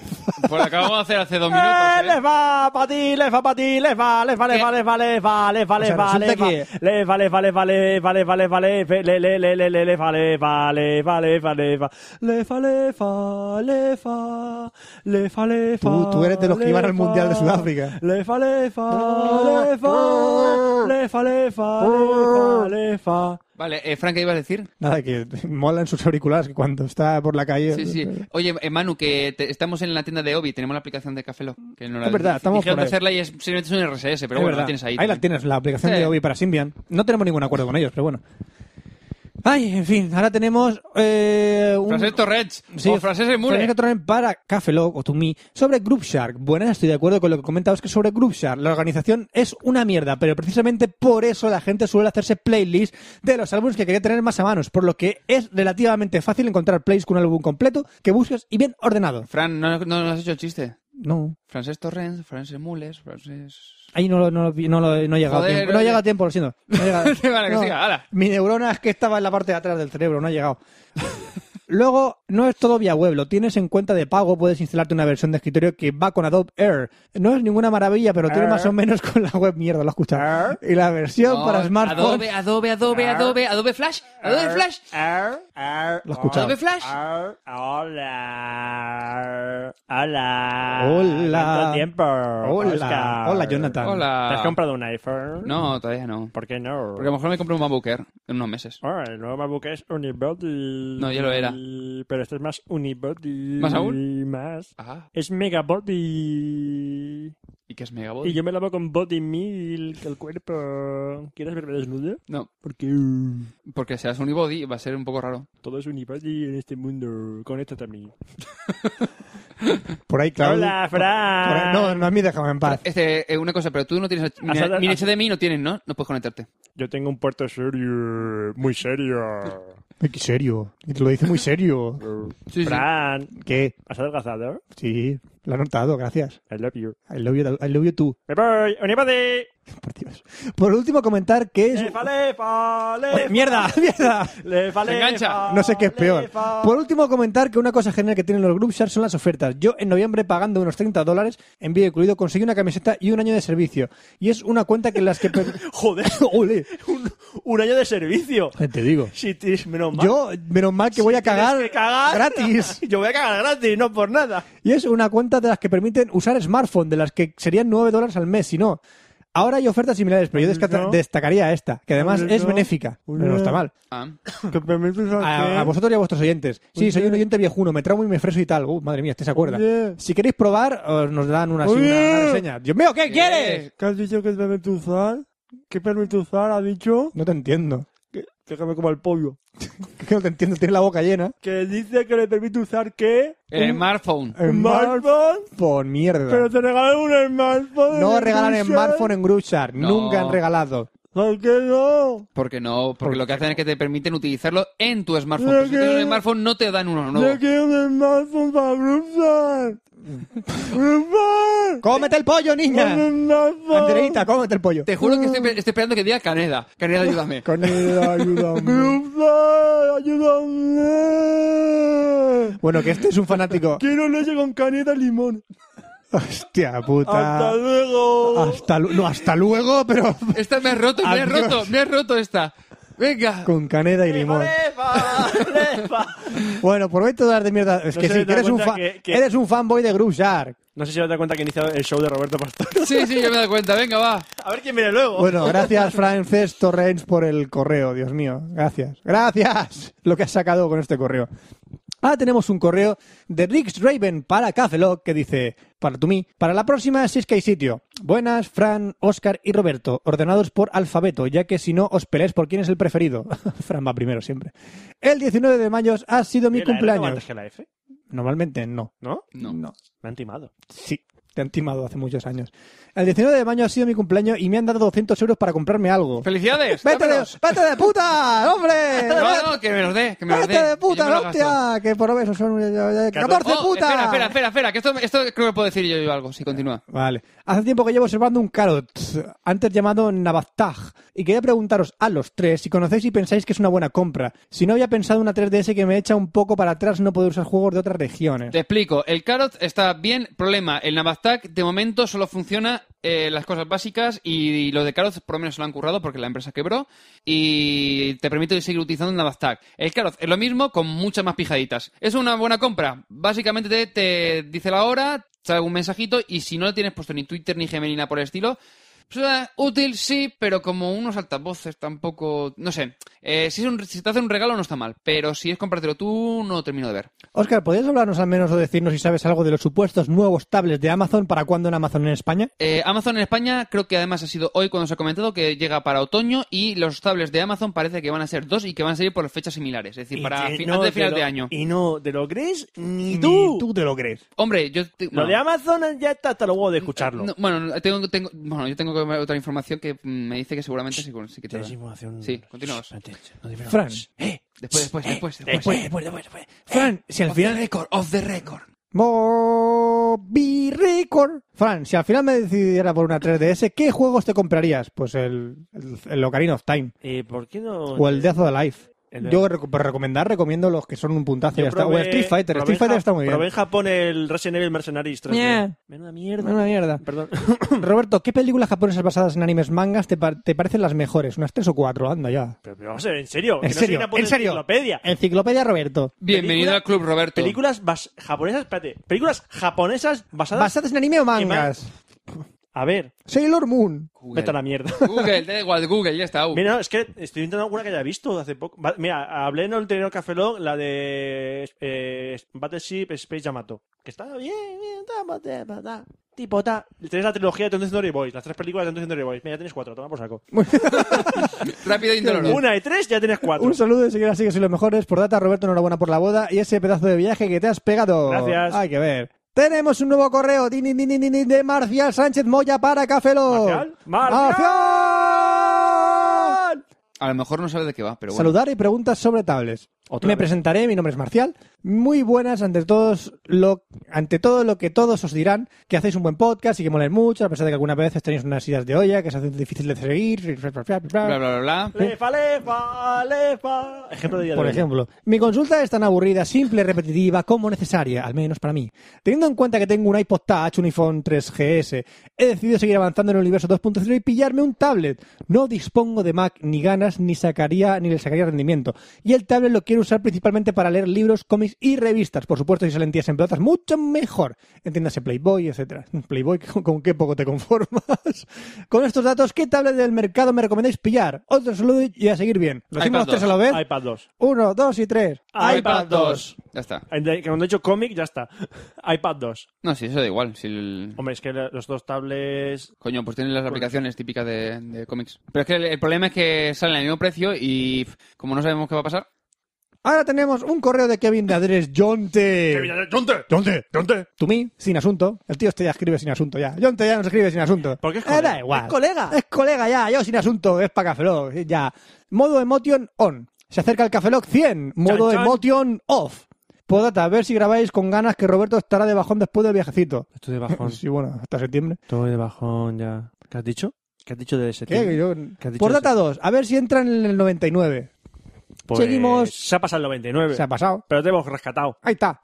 D: Pues lo acabamos de hacer
B: *laughs*
D: hace dos minutos.
B: Eh,
D: ¿eh?
B: lefa, pa' ti, lefa, pa' ti, lefa, lefa, lefa, lefa, lefa, lefa,
C: O
B: lefa,
C: sea, resulta
B: lefa,
C: que-
B: lefa, lefa, lefa, lefa, lefa, lefa, lefa, le, le, le, le, le, lefa, lefa, lefa, lefa, lefa, lefa, lefa, lefa, lefa, lefa,
C: Tú- tú eres de los que iban al
B: lefa,
C: Mundial de Sudáfrica.
B: lefa, lefa, lefa, lefa, lefa, lefa, lefa.
D: Vale, eh, Frank, ¿qué ibas a decir?
C: Nada, que *laughs* mola en sus auriculares que cuando está por la calle...
D: Sí, sí. Oye, eh, Manu, que te- estamos en la tienda de Obi, tenemos la aplicación de Café Lock, que no la
C: Es verdad, estamos
D: dijeron
C: por ahí.
D: de hacerla y es, simplemente es un RSS, pero
C: Es
D: bueno,
C: verdad.
D: la tienes ahí.
C: la tienes, la aplicación
D: Sí.
C: de Obi para Symbian. No tenemos ningún acuerdo con ellos, pero bueno. Ay, en fin, ahora tenemos eh, un...
D: Frases Torrents
C: Sí,
D: o frases de Mure.
C: frases que traen para Cafelog o To Me sobre Group Shark. Buenas, estoy de acuerdo con lo que comenta Oscar sobre Group Shark. La organización es una mierda, pero precisamente por eso la gente suele hacerse playlists de los álbumes que quería tener más a manos, por lo que es relativamente fácil encontrar plays con un álbum completo que busques y bien ordenado.
D: Fran, no, no nos has hecho el chiste.
C: No,
D: Francés Torrents, Francés Mules, Francés...
C: Ahí no, lo- no, lo vi- no, lo- no he llegado
D: Joder,
C: a tiempo. No he
D: oye.
C: llegado a tiempo, lo siento. No he llegado.
D: Vale, que
C: No,
D: siga, hala.
C: Mi neurona es que estaba en la parte de atrás del cerebro, no ha llegado. Luego, no es todo vía web, lo tienes en cuenta de pago, puedes instalarte una versión de escritorio que va con Adobe Air. No es ninguna maravilla, pero tiene
G: Air.
C: más o menos con la web mierda, lo he escuchado. Y la versión para smartphone.
D: Adobe, Adobe, Adobe, Adobe, Adobe Flash, Adobe Flash.
B: Ar, ar,
C: Lo he escuchado.
D: ¿Adobe Flash?
B: ar, er, hola. Hola.
C: Hola.
B: ¿Cuánto tiempo?
C: Hola.
B: Oscar?
C: Hola, Jonathan.
B: ¿Te has
D: Hola.
B: comprado un iPhone?
D: No, todavía no.
B: ¿Por qué no?
D: Porque a lo mejor me compro un MacBook Air en unos meses.
B: Ah, el nuevo MacBook es unibody.
D: No, ya lo era.
B: Pero este es más unibody.
D: ¿Más aún?
B: Más.
D: Ajá.
B: Es megabody.
D: ¿Y qué es Megabot?
B: Y yo me lavo con body milk el cuerpo. ¿Quieres verme desnudo?
D: No,
B: Porque uh,
D: porque seas unibody va a ser un poco raro.
B: todo es unibody en este mundo. Conéctate a mí.
C: Por ahí, claro.
B: Hola, Fran.
C: Por ahí- No, no, a mí déjame en
D: *laughs*
C: paz.
D: Este, eh, una cosa, pero tú no tienes... Mira,
B: dado-
D: mira
B: has-
D: HDMI no tienes, ¿no? No puedes conectarte.
B: Yo tengo un puerto serio. Muy serio.
C: Ay, qué serio. Y te lo dice muy serio.
D: Sí, sí.
B: Fran,
C: ¿Qué?
B: ¿has adelgazado?
C: Sí, lo he notado, gracias.
B: I love you.
C: I love you, I love you too.
B: Me voy. Unibody.
D: Uh.
C: Por Dios. Por último, comentar que es...
B: Lefa, lefa,
C: Eh,
B: lefa.
C: ¡Mierda! *laughs* ¡Mierda!
B: Lefa,
D: Se engancha.
B: lefa,
C: No sé qué es peor.
B: lefa.
C: Por último, comentar que una cosa genial que tienen los group shares son las ofertas. Yo en noviembre pagando unos 30 dólares, envío incluido, conseguí una camiseta y un año de servicio. Y es una cuenta que las que... per-
B: *laughs* Joder,
C: *laughs* Ole.
B: un, un año de servicio.
C: Te digo.
B: Si tienes menos mal.
C: Yo, menos mal que voy a
B: Tienes
C: cagar,
B: que cagar.
C: gratis.
B: *laughs* Yo voy a cagar gratis, no por nada.
C: Y es una cuenta de las que permiten usar smartphone, de las que serían 9 dólares al mes, si no. Ahora hay ofertas similares, pero yo descata-
B: No.
C: destacaría esta, que además
B: Hombre,
C: es
B: no.
C: benéfica. Pero no está mal.
D: Ah.
B: Que permites
C: A, a vosotros y a vuestros oyentes. Sí, soy un oyente viejuno, me traumo y me freso y tal. Uh, madre mía, este se acuerda.
B: Oye.
C: Si queréis probar, os nos dan una, así, una-
B: Oye.
C: una reseña. Dios mío, ¿qué quieres?
B: ¿Qué has dicho que es permituzar? ¿Qué permituzar ha dicho?
C: No te entiendo.
B: Déjame como el pollo.
C: Que no te entiendo, tienes la boca llena.
B: Que dice que le permite usar qué?
D: El smartphone.
B: ¿Smartphone?
C: Smartphone, mierda.
B: Pero te regalan un smartphone.
C: no regalan
B: Grushan.
C: smartphone en Grushar.
D: No.
C: Nunca han regalado.
B: ¿Por qué no?
D: ¿Por qué no? Porque lo que hacen es que te permiten utilizarlo en tu smartphone.
B: Yo
D: Pero si
B: quiero-
D: tienes un smartphone no te dan uno
B: Yo
D: nuevo.
B: quiero un smartphone para
C: *laughs*
B: Grushan. Grushan.
C: ¡Cómete el pollo, niña!
B: Un smartphone.
C: Andreita, cómete el pollo.
D: Te juro que estoy, pe- estoy esperando que diga Caneda. Caneda, ayúdame.
C: *laughs* Con el- ayúdame.
B: Grushan, ayúdame.
C: bueno, que este es un
B: *laughs*
C: fanático.
B: Quiero leche con caneta y limón.
C: Hostia puta.
B: Hasta luego.
C: Hasta lu- no, hasta luego, pero
D: Esta me has roto, me has
C: Adiós.
D: roto, me has roto esta. Venga.
C: con caneda y limón. Bueno, por 20 dólares de mierda. Es
B: No
C: que
B: se
C: sí,
B: me
C: que
B: da
C: eres un,
B: cuenta
C: fa-
B: que- que-
C: eres un fanboy de Grushark.
B: No sé si os dado cuenta que he iniciado el show de Roberto Pastor.
D: Sí, sí, yo me he dado cuenta. Venga, va.
B: *laughs* A ver quién viene luego.
C: Bueno, gracias, Frances Torrens, por el correo, Dios mío. Gracias. Gracias. Lo que has sacado con este correo. Ah, tenemos un correo de Rix Raven para Cafelog que dice, para tú mí, para la próxima si es que hay sitio. Buenas, Fran, Oscar y Roberto, ordenados por alfabeto, ya que si no os peleáis por quién es el preferido. *laughs* Fran va primero siempre. El 19 de mayo ha sido mi
B: ¿La R toma
C: cumpleaños.
B: antes que la F?
C: Normalmente no.
B: ¿No?
D: No.
B: Me han timado.
C: Sí, te han timado hace muchos años. El 19 de mayo ha sido mi cumpleaños y me han dado 200 euros para comprarme algo.
D: ¡Felicidades!
C: ¡Vete de,
D: ¡Dámelos!
C: vete de puta, hombre!
D: *laughs* No, no, que me los dé, que me los dé.
C: ¡Vete de
D: que yo me
C: puta,
D: los gasto.
C: hostia! Que por lo menos son... eh, eh, ¡14
D: Oh,
C: puta!
D: Espera, espera, espera, espera, que esto, esto creo que puedo decir yo, yo algo, si continúa.
C: Vale. Hace tiempo que llevo observando un carot, antes llamado Navastag, y quería preguntaros a los tres si conocéis y pensáis que es una buena compra. Si no había pensado una 3DS que me echa un poco para atrás no poder usar juegos de otras regiones.
D: Te explico, el Carrot está bien, problema, el Navastag de momento solo funciona eh, las cosas básicas y, lo de Carrot por lo menos se lo han currado porque la empresa quebró y te permite seguir utilizando el Navastag. El Carrot es lo mismo con muchas más pijaditas. Es una buena compra, básicamente te, te dice la hora, te sale un mensajito y si no lo tienes puesto ni Twitter ni Gmail ni nada por el estilo... pues, eh, útil, sí, pero como unos altavoces tampoco... No sé. Eh, si, es un- si te hace un regalo no está mal, pero si es comprártelo tú, no lo termino de ver.
C: Oscar, ¿podrías hablarnos al menos o decirnos si sabes algo de los supuestos nuevos tablets de Amazon para cuándo en Amazon en España?
D: Eh, Amazon en España creo que además ha sido hoy cuando se ha comentado que llega para otoño y los tablets de Amazon parece que van a ser dos y que van a salir por fechas similares, es decir, para
B: que
D: fin-
B: no
D: antes de
B: te
D: final
B: lo-
D: de año.
B: Y no, ¿te lo crees? Ni
C: Ni
B: tú.
C: tú te lo crees.
D: Hombre, yo te-
B: Lo
D: bueno,
B: de Amazon ya está hasta luego de escucharlo.
D: Eh, no, bueno, tengo, tengo- bueno, yo tengo otra información que mm, me dice que seguramente sí, sí que te da.
B: Tienes información.
D: Sí, continuamos.
B: Espérate, no dime nada.
C: Fran. pues,
B: Eh, pues,
D: Después, después, después, después.
B: después, después, después, después. Eh,
C: Fran, si al final...
D: record, off the record.
C: Moby Record. Fran, si al final me decidiera por una 3DS, ¿qué juegos te comprarías? Pues el, el, el Ocarina of Time
B: Eh, ¿Por qué no?
C: o el Death of the Life.
B: El-
C: Yo reco- para recomendar, recomiendo los que son un puntazo. y Ya está. O
B: probé-
C: Street Fighter.
B: probé en
C: Street Fighter
B: Ja-
C: está muy bien.
B: Probé en Japón el Resident Evil Mercenaries 3.
C: Yeah.
B: Menuda mierda. *clears throat*
C: Una mierda.
B: Perdón.
C: *laughs* Roberto, ¿qué películas japonesas basadas en animes mangas te, par- te parecen las mejores? Unas tres o cuatro, anda ya.
B: Pero, pero vamos a ver, en serio. que
C: En
B: no soy
C: serio,
B: una puta
C: en serio.
B: enciclopedia.
C: Enciclopedia Roberto.
D: Bienvenido
B: Película-
D: al Club Roberto.
B: Películas bas- japonesas, espérate. Películas japonesas basadas.
C: ¿Basadas en anime o mangas?
B: a ver,
C: Sailor Moon.
D: Google.
B: vete a la mierda. *laughs*
D: Google, da igual, Google, ya está. uh.
B: Mira, no, es que estoy intentando alguna que haya visto hace poco. Va- Mira, hablé en el anterior Café Lock, la de eh, Battleship Space Yamato. Que está bien, bien, está, está, está, está. Tipo, ta. Tenéis la trilogía de Tom Story Boys, las tres películas de Tom Story Boys. Mira, ya tenéis cuatro, toma por saco.
D: Rápido y indoloro.
B: Una de tres, ya tenéis cuatro.
C: Un saludo y seguir así que soy los mejores. Por data, Roberto, enhorabuena por la boda y ese pedazo de viaje que te has pegado.
B: Gracias.
C: Hay que ver. Tenemos un nuevo correo din, din, din, din, din, de Marcial Sánchez Moya para Cafelo.
B: ¿Marcial? ¡Marcial!
D: A lo mejor no sabe de qué va, pero bueno.
C: Saludar y preguntas sobre tablets.
B: Otra
C: Me
B: vez.
C: presentaré, mi nombre es Marcial. Muy buenas ante todos lo, ante todo lo que todos os dirán, que hacéis un buen podcast y que molen mucho, a pesar de que algunas veces tenéis unas ideas de olla que se hacen difíciles de seguir.
D: Bla, bla, bla, bla.
B: Lefa, lefa, lefa. Ejemplo de día de
C: ¿Eh? Por
B: hoy.
C: ejemplo, mi consulta es tan aburrida, simple, repetitiva como necesaria, al menos para mí. Teniendo en cuenta que tengo un iPod Touch, un iPhone 3GS, he decidido seguir avanzando en el universo 2.0 y pillarme un tablet. No dispongo de Mac ni ganas, ni sacaría, ni le sacaría rendimiento. Y el tablet lo quiero usar principalmente para leer libros, cómics y revistas. Por supuesto, si salen tías en pelotas, mucho mejor. Entiéndase Playboy, etcétera. *laughs* Playboy, ¿con con qué poco te conformas? *laughs* Con estos datos, ¿qué tablet del mercado me recomendáis pillar? Otro saludo y a seguir bien. ¿Lo hacemos
D: iPad
C: los tres a la vez?
B: iPad 2.
C: Uno, dos y tres.
B: iPad 2.
D: Ya está.
B: Que Cuando he hecho cómic, ya está. iPad 2.
D: No, sí, eso da igual. Si el-
B: Hombre, es que los dos tablets.
D: Coño, pues tienen las aplicaciones típicas de, de cómics. Pero es que el, el problema es que salen al mismo precio y pff, como no sabemos qué va a pasar,
C: Ahora tenemos un correo de Kevin de Andrés Jonte.
B: ¡Tonte!
C: Jonte.
B: ¡Tonte!
C: To me, sin asunto. El tío este ya escribe sin asunto ya. Jonte ya nos escribe sin asunto.
B: ¿Por qué es
C: Eh,
B: colega?
C: da igual.
B: Es colega.
C: Es colega ya. Yo sin asunto. Es para Cafeloc. Ya. Modo emotion on. Se acerca el Cafeloc 100. Modo
B: Chan, chan.
C: emotion off. Podata, a ver si grabáis con ganas que Roberto estará de bajón después del viajecito.
B: Estoy de bajón.
C: Sí, bueno, hasta septiembre.
B: Estoy de bajón ya. ¿Qué has dicho? ¿Qué has dicho de ese
C: ¿Qué? Yo-
B: ¿Qué has dicho
C: Podata 2, a ver si entra en el 99.
B: Pues,
C: Seguimos.
B: Se ha pasado el 99.
C: Se ha pasado.
B: Pero te hemos rescatado.
C: Ahí está.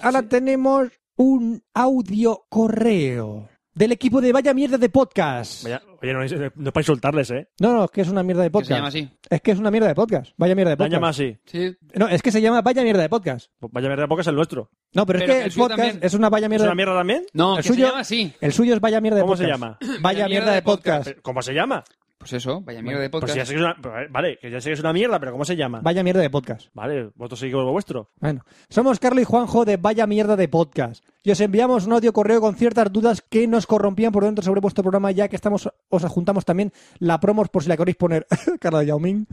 C: Ahora tenemos un audio correo del equipo de Vaya Mierda de Podcast.
B: Vaya- Oye, no, es- no es para insultarles, ¿eh?
C: No, no, es que es una mierda de
D: que
C: podcast.
D: se llama así.
C: Es que es una mierda de podcast. Vaya Mierda de
B: Lo han
C: Podcast.
B: llamado así.
D: Sí.
C: No, es que se llama Vaya Mierda de Podcast.
B: Pues Vaya mierda, porque es el nuestro.
C: No, pero, es
D: Pero que
C: que
D: el
C: el
D: suyo
C: podcast
D: también.
C: es una Vaya
B: ¿Es
C: Mierda.
B: una mierda también?
D: No,
C: El
D: que
C: suyo-
D: se llama así.
C: El suyo es Vaya Mierda de
B: ¿Cómo
C: Podcast.
B: se llama?
C: Vaya Mierda de Podcast.
B: Pero, ¿Cómo se llama?
D: Pues eso, vaya mierda de
B: Pues
D: podcast.
B: ya sé que es una... pero, eh, Vale, que ya sé que es una mierda, pero ¿cómo se llama?
C: Vaya Mierda de Podcast.
B: Vale, vosotros seguís con lo vuestro.
C: Bueno, somos Carlos y Juanjo de Vaya Mierda de Podcast. Y os enviamos un audio correo con ciertas dudas que nos corrompían por dentro sobre vuestro programa, ya que estamos, os adjuntamos también la promos por si la queréis poner. *laughs* Cara de Yao Ming.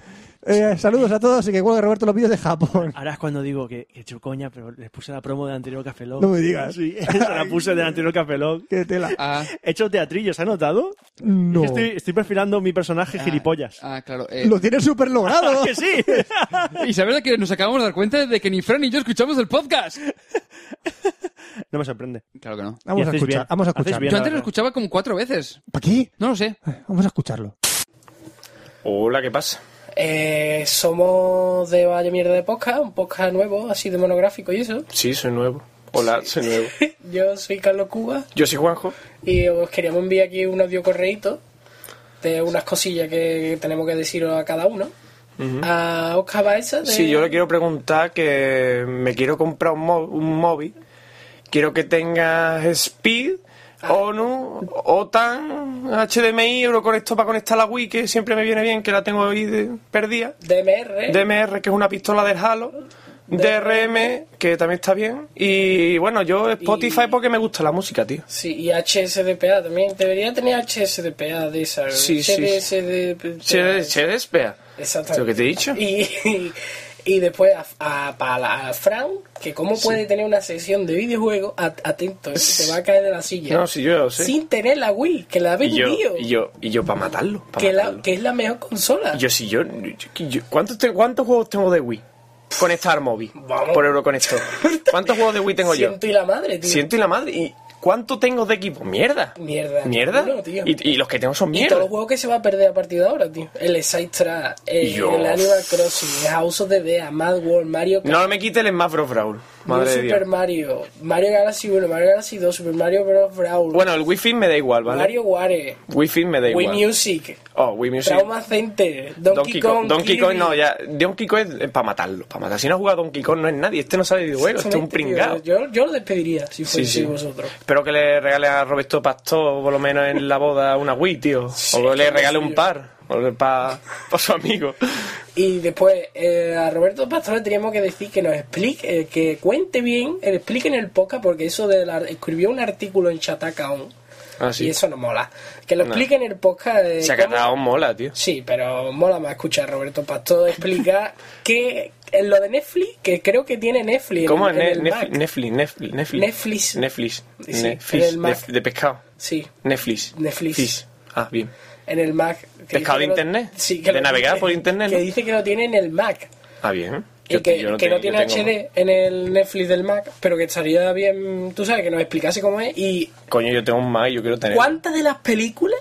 C: Eh, saludos a todos y que cuelgue Roberto los vídeos de Japón. *laughs*
B: Ahora es cuando digo que, que chucoña, pero les puse la promo del anterior Café Lock.
C: No me digas.
B: Sí, *laughs* se la puse del anterior Café Lock.
C: Qué tela.
D: Ah,
B: He hecho teatrillo, ¿se ha notado?
C: No.
B: Es que Estoy, estoy perfilando mi personaje
D: ah,
B: gilipollas.
D: Ah, claro. eh, *laughs*
C: Lo tienes súper logrado.
B: *laughs* ¡Que sí! *laughs*
D: Y sabes que nos acabamos de dar cuenta de que ni Fran ni yo escuchamos el podcast.
B: no me sorprende.
D: Claro que no.
C: Vamos a
B: hacéis
C: escuchar,
B: bien.
C: vamos a
B: Hacéis
C: escuchar.
B: bien.
D: Yo
B: la
D: antes lo
B: verdad.
D: escuchaba como cuatro veces.
C: ¿Para qué?
D: No lo sé.
C: Vamos a escucharlo.
H: Hola, ¿qué pasa?
I: Eh, somos de Valle Mierda de Podcast, un podcast nuevo, así de monográfico y eso.
H: Sí, soy nuevo. Hola, soy nuevo.
I: *laughs* Yo soy Carlos Cuba
H: Yo soy Juanjo.
I: y os queríamos enviar aquí un audio correíto de unas cosillas que tenemos que deciros a cada uno. A Oscar Baeza de...
H: Sí, yo le quiero preguntar que me quiero comprar un, mó- un móvil. Quiero que tenga Speed,
I: Ah.
H: ONU, OTAN, HDMI, Euroconector para conectar la Wii, que siempre me viene bien, que la tengo ahí de- perdida.
I: DMR.
H: DMR, que es una pistola del Halo. DRM, que también está bien. Y bueno, yo Spotify porque me gusta la música, tío.
I: Sí, y HSDPA también. Debería tener HSDPA de esa.
H: Sí, sí, sí.
I: HDSDPA.
H: Se, se despea.
I: Exactamente.
H: ¿Lo que te he dicho?
I: Y, y después a, a- para la- a Fran, que cómo puede tener una sesión de videojuegos, at- atento, eh, se va a caer de la silla.
H: No, sí, yo lo sé.
I: Sin tener la Wii, que la ha
H: Y yo,
I: vendido.
H: y yo, y yo para matarlo. pa'
I: que, la,
H: matarlo.
I: que es la mejor consola.
H: Y yo, si yo. yo- yo- ¿cuántos, te- ¿Cuántos juegos tengo de Wii? Conectar móvil.
I: Vamos. *laughs*
H: Por Euroconector. ¿Cuántos juegos de Wii tengo yo?
I: Siento y la madre, tío.
H: Siento y la madre. Y ¿Cuánto tengo de equipo? Mierda.
I: Mierda.
H: Mierda.
I: Ninguno, tío.
H: Y, y los que tengo son
I: Y todos
H: mierda.
I: los juegos que se va a perder a partir de ahora, tío. El Extra, el,
H: Yo-
I: el Animal Crossing, House of the Dead, Mad World, Mario Kart,
H: No me quite el Smash Bros. Brawl.
I: New
H: Madre de
I: Super
H: Dios.
I: Mario, Mario Galaxy 1, Mario Galaxy 2, Super Mario Bros. Brawl,
H: Bueno, el Wi-Fi me da igual, ¿vale?
I: Mario Wario,
H: Wi-Fi me da
I: Wii
H: igual.
I: Music,
H: Oh, Wii Music.
I: Trauma Center, Donkey, Kong,
H: Donkey
I: Kirby.
H: Kong, no, ya. Donkey Kong es para matarlo. Para matar. Si no ha jugado Donkey Kong, no es nadie. Este no sabe de videojuegos. Este es un
I: Exactamente,
H: pringado.
I: tío. Yo, yo lo despediría si
H: Sí,
I: fuese
H: sí.
I: vosotros.
H: Espero que le regale a Roberto Pastor, por lo menos en la boda, una Wii, tío. o le regale un par. O para su amigo.
I: Y después eh, a Roberto Pastor le teníamos que decir que nos explique, eh, que cuente bien, eh, explique en el podcast, porque eso de la- escribió un artículo en Chataka aún.
H: Ah, sí.
I: Y eso no mola. Que lo explique en el podcast. eh,
H: Se ha
I: cómo-
H: cagado mola, tío.
I: Sí, pero mola más escuchar a Roberto Pastor
H: *laughs*
I: explicar que en lo de Netflix, que creo que tiene Netflix. en-
H: ¿Cómo
I: en,
H: es? Ne-
I: el
H: Nef-
I: Mac.
H: Netflix, Netflix, Netflix.
I: Netflix.
H: Netflix.
I: Sí, sí,
H: Netflix.
I: en el Mac.
H: Nef- De pescado.
I: Sí,
H: Netflix.
I: Netflix.
H: Fis. Ah, bien.
I: en el Mac. que
H: ¿Pescado
I: dice
H: de
I: que lo-
H: internet?
I: Sí,
H: ¿De navegar por internet,
I: Que
H: no?
I: dice que lo tiene en el Mac.
H: Ah, bien.
I: Y
H: Yo-
I: que,
H: yo
I: que no
H: tengo-
I: tiene
H: yo tengo-
I: HD en el Netflix del Mac, pero que estaría bien, tú sabes, que nos explicase cómo es. ¿Y
H: Coño, yo tengo un Mac y yo quiero tener.
I: cuántas de las películas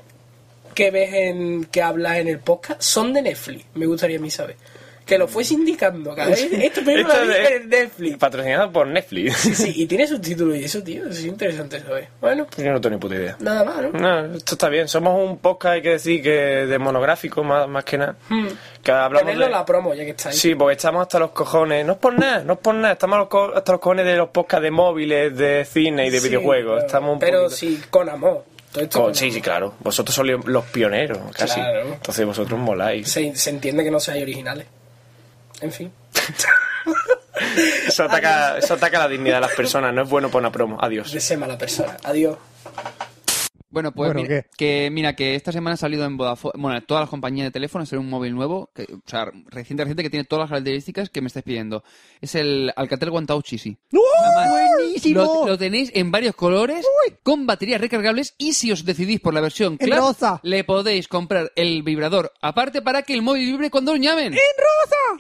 I: que ves en que hablas en el podcast son de Netflix? Me gustaría a mí saber. Que lo fuese indicando,
H: *laughs*
I: cada vez, Esta película
H: Esto
I: la vi
H: es-
I: en el Netflix.
H: Patrocinado por Netflix.
I: Sí, y tiene subtítulos y eso, tío, es interesante saber. Bueno,
H: Yo no tengo ni puta idea.
I: nada más, ¿no?
H: No, esto está bien. Somos un podcast, hay que decir, que de monográfico más, más que nada.
I: Hmm.
H: Que hablamos
I: Ponerlo
H: de-
I: la promo ya que está ahí.
H: Sí, porque estamos hasta los cojones. No es por nada, no es por nada. Estamos a los co- hasta los cojones de los podcasts de móviles, de cine y de
I: Sí,
H: videojuegos.
I: pero-
H: Estamos un
I: Pero
H: poquito-
I: sí, con amor. Todo esto
H: Con-
I: con
H: sí,
I: amor.
H: sí, claro. Vosotros sois los pioneros, casi.
I: Claro.
H: Entonces vosotros moláis.
I: se, se entiende que no seáis originales. En fin.
H: *laughs* Eso ataca, eso ataca la dignidad de las personas. No es bueno para una promo. Adiós.
I: De ser mala persona. Adiós.
D: Bueno, pues
C: Bueno,
D: mira,
C: ¿qué?
D: que mira que esta semana ha salido en Vodafone, bueno, en todas las compañías de teléfono, sale un móvil nuevo, que, o sea, reciente, reciente, que tiene todas las características que me estáis pidiendo. Es el Alcatel One Touch Easy. Además,
C: ¡Oh, ¡Buenísimo!
D: Lo, lo tenéis en varios colores, con baterías recargables, y si os decidís por la versión
C: En
D: Club,
C: rosa.
D: le podéis comprar el vibrador aparte para que el móvil vibre cuando os llamen.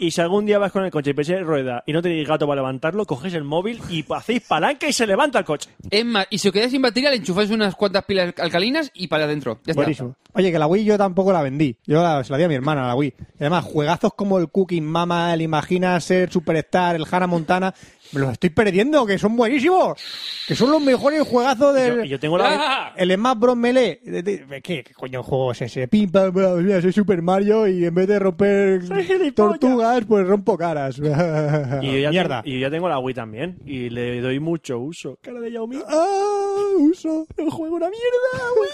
B: Y si algún día vas con el coche y pese rueda y no tenéis gato para levantarlo, cogéis el móvil y hacéis palanca y se levanta el coche.
D: Es más, y si os quedáis sin batería, le enchufáis unas cuantas pilas alcalinas y para adentro. Ya está.
C: Buenísimo. Oye, que la Wii yo tampoco la vendí. Yo la- se la di a mi hermana, la Wii. Y además, juegazos como el Cooking Mama, el Imagina ser Superstar, el Hannah Montana, me los estoy perdiendo, que son buenísimos. Que son los mejores juegazos
B: Y yo,
C: del...
B: y yo tengo la.
D: ¡Ah!
C: El Smash Bros. Melee. de- de- ¿Qué, qué coño juego es ese? Pim, pam, pam, mira, soy Super Mario y en vez de romper
B: Soy gilipollas.
C: tortugas, pues rompo caras. *laughs*
B: Y yo, ya
C: Mierda.
B: tengo, y yo ya tengo la Wii también. Y le doy mucho uso. Cara de Xiaomi.
C: ¡Ah! Uso. El juego una mierda, güey.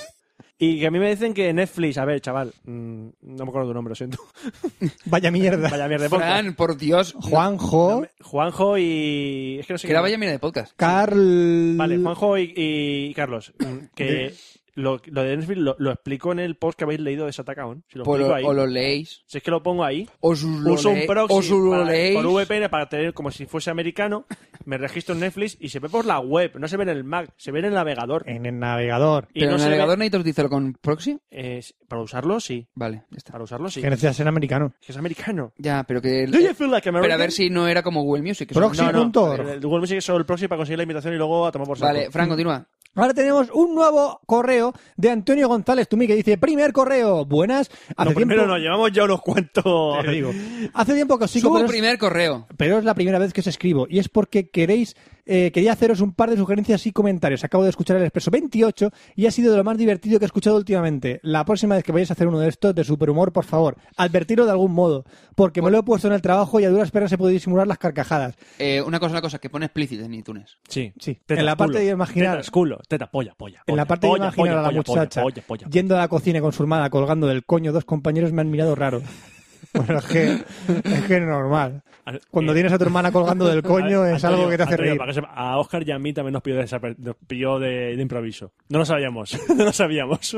B: Y que a mí me dicen que Netflix. A ver, chaval. mm, no me acuerdo tu nombre, lo siento. *laughs*
C: Vaya mierda.
B: Vaya mierda de podcast.
D: Fran, por Dios.
C: Juanjo,
B: Juanjo y. Es que no sé
D: Que era
B: qué-
D: vaya mira de podcast.
C: Carl.
B: Vale, Juanjo y, y Carlos. mm, Que lo, lo de Netflix lo, lo explico en el post que habéis leído de Satacaon. Si lo
D: Pues
B: explico
D: lo-
B: ahí.
D: o lo leéis.
B: Si es que lo pongo ahí.
D: Os lo
B: uso un
D: le-
B: proxy
D: os lo
B: para-
D: leéis.
B: por VPN para tener como si fuese americano, me registro en Netflix y se ve por la web, no se ve en el Mac, se ve en el navegador.
C: En el navegador.
B: y
D: Eh, Pero
B: no
D: en
B: se
D: el
B: ve-
D: navegador necesitas utilizarlo con proxy.
B: eh, para usarlo, sí.
D: Vale, ya está.
B: Para usarlo, sí.
C: Que necesitas ser americano.
B: Que es americano.
D: Ya, pero que.
B: Do you feel like
D: pero a
B: American?
D: ver si no era como Google Music. que es
C: Proxy.
D: una-
B: No, no.
C: punto.
B: El, el Google Music es solo el proxy para conseguir la invitación y luego a tomar por saco.
D: Vale, Fran, continúa.
C: Ahora tenemos un nuevo correo de Antonio González Tumí que dice, primer correo, buenas.
B: No,
C: Hace
B: primero
C: tiempo,
B: nos llevamos ya unos cuantos.
C: *laughs* Te *laughs* digo, hace tiempo que os sigo,
D: Subo
C: pero es,
D: primer correo.
C: pero es la primera vez que os escribo y es porque queréis, eh, quería haceros un par de sugerencias y comentarios. Acabo de escuchar el Expreso 28 y ha sido de lo más divertido que he escuchado últimamente. La próxima vez que vayáis a hacer uno de estos de superhumor, por favor, advertirlo de algún modo, porque me lo he puesto en el trabajo y a duras penas he podido simular las carcajadas.
D: Eh, una cosa, una cosa, que pone explícita en iTunes.
B: Sí,
C: Sí,
B: Tetas,
C: en la parte
B: culo.
C: de imaginar-
B: Tetas, culo, teta, polla, polla.
C: En la
B: polla,
C: parte de
B: polla,
C: imaginar
B: polla,
C: a la
B: polla, polla,
C: muchacha
B: polla, polla, polla.
C: yendo a la cocina con su hermana colgando del coño, dos compañeros me han
B: *laughs*
C: mirado raro. Bueno, es que es que es normal.
B: Al-
C: Cuando
B: eh,
C: tienes a tu hermana colgando
B: *laughs*
C: del coño
B: A ver,
C: es
B: Antonio,
C: algo que te hace
B: Antonio,
C: reír.
B: para que sepa, a Oscar y a mí también nos pilló de, desaper- nos pilló de, de improviso. No lo sabíamos. *laughs* no lo sabíamos.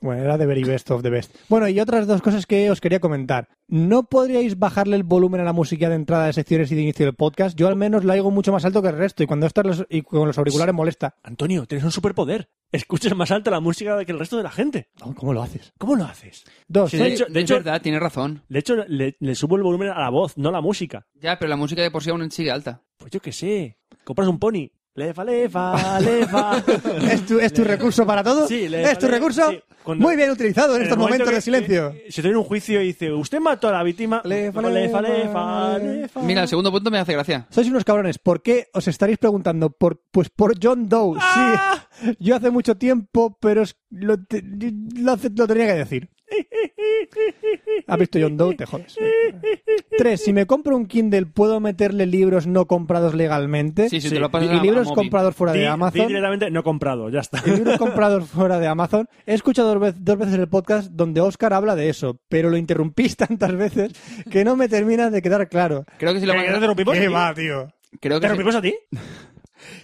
C: Bueno, era the very best of the best. Bueno, y otras dos cosas que os quería comentar. ¿No podríais bajarle el volumen a la música de entrada de secciones y de inicio del podcast? Yo al menos la oigo mucho más alto que el resto y cuando estás los- y con los auriculares molesta.
B: Antonio, tienes un superpoder. Escuchas más alta la música que el resto de la gente.
C: Oh, ¿Cómo lo haces?
B: ¿Cómo lo haces?
C: Dos,
B: Sí,
C: soy-
B: de hecho- de
D: es
B: hecho-
D: verdad, tienes razón.
B: De hecho, le, le subo el volumen a la voz, no a la música.
D: Ya, pero la música de por sí aún sigue alta.
B: Pues yo qué sé. Compras un pony. Lefa, lefa, *laughs* lefa.
C: ¿Es tu, es tu recurso para todo?
B: Sí, le-
C: ¿Es tu
B: le-
C: recurso?
B: sí. Cuando-
C: Muy bien utilizado en,
B: el
C: estos
B: momento
C: momentos
B: que-
C: de silencio.
B: que- Si estoy en un juicio y dice, usted mató a la víctima.
C: Lefa,
B: lefa,
C: lefa,
B: lefa, lefa.
D: Mira, el segundo punto me hace gracia.
C: Sois unos cabrones. ¿Por qué os estaréis preguntando? Por, pues por John Doe.
B: Ah.
C: Sí, yo hace mucho tiempo, pero es- lo, te- lo hace- lo tenía que decir. ¿Has visto John Doe? Te jodes. Tres, si me compro un Kindle, ¿puedo meterle libros no comprados legalmente?
D: Sí, sí,
B: Sí.
D: te lo
C: Y,
D: pasas
C: y
D: a- a
C: libros
D: móvil.
C: comprados fuera
B: Di-
C: de
B: di
C: Amazon.
B: directamente, no comprado, ya *laughs* está.
C: Y libros comprados fuera de Amazon. He escuchado dos, vez- dos veces el podcast donde Oscar habla de eso, pero lo interrumpís tantas veces que no me termina de quedar claro.
D: Creo que si lo
B: ¿Que
D: pasas-
B: no te rompimos?
C: *laughs* ¿Qué va, tío?
D: Creo
B: ¿Te
D: que si-
B: rompimos a ti?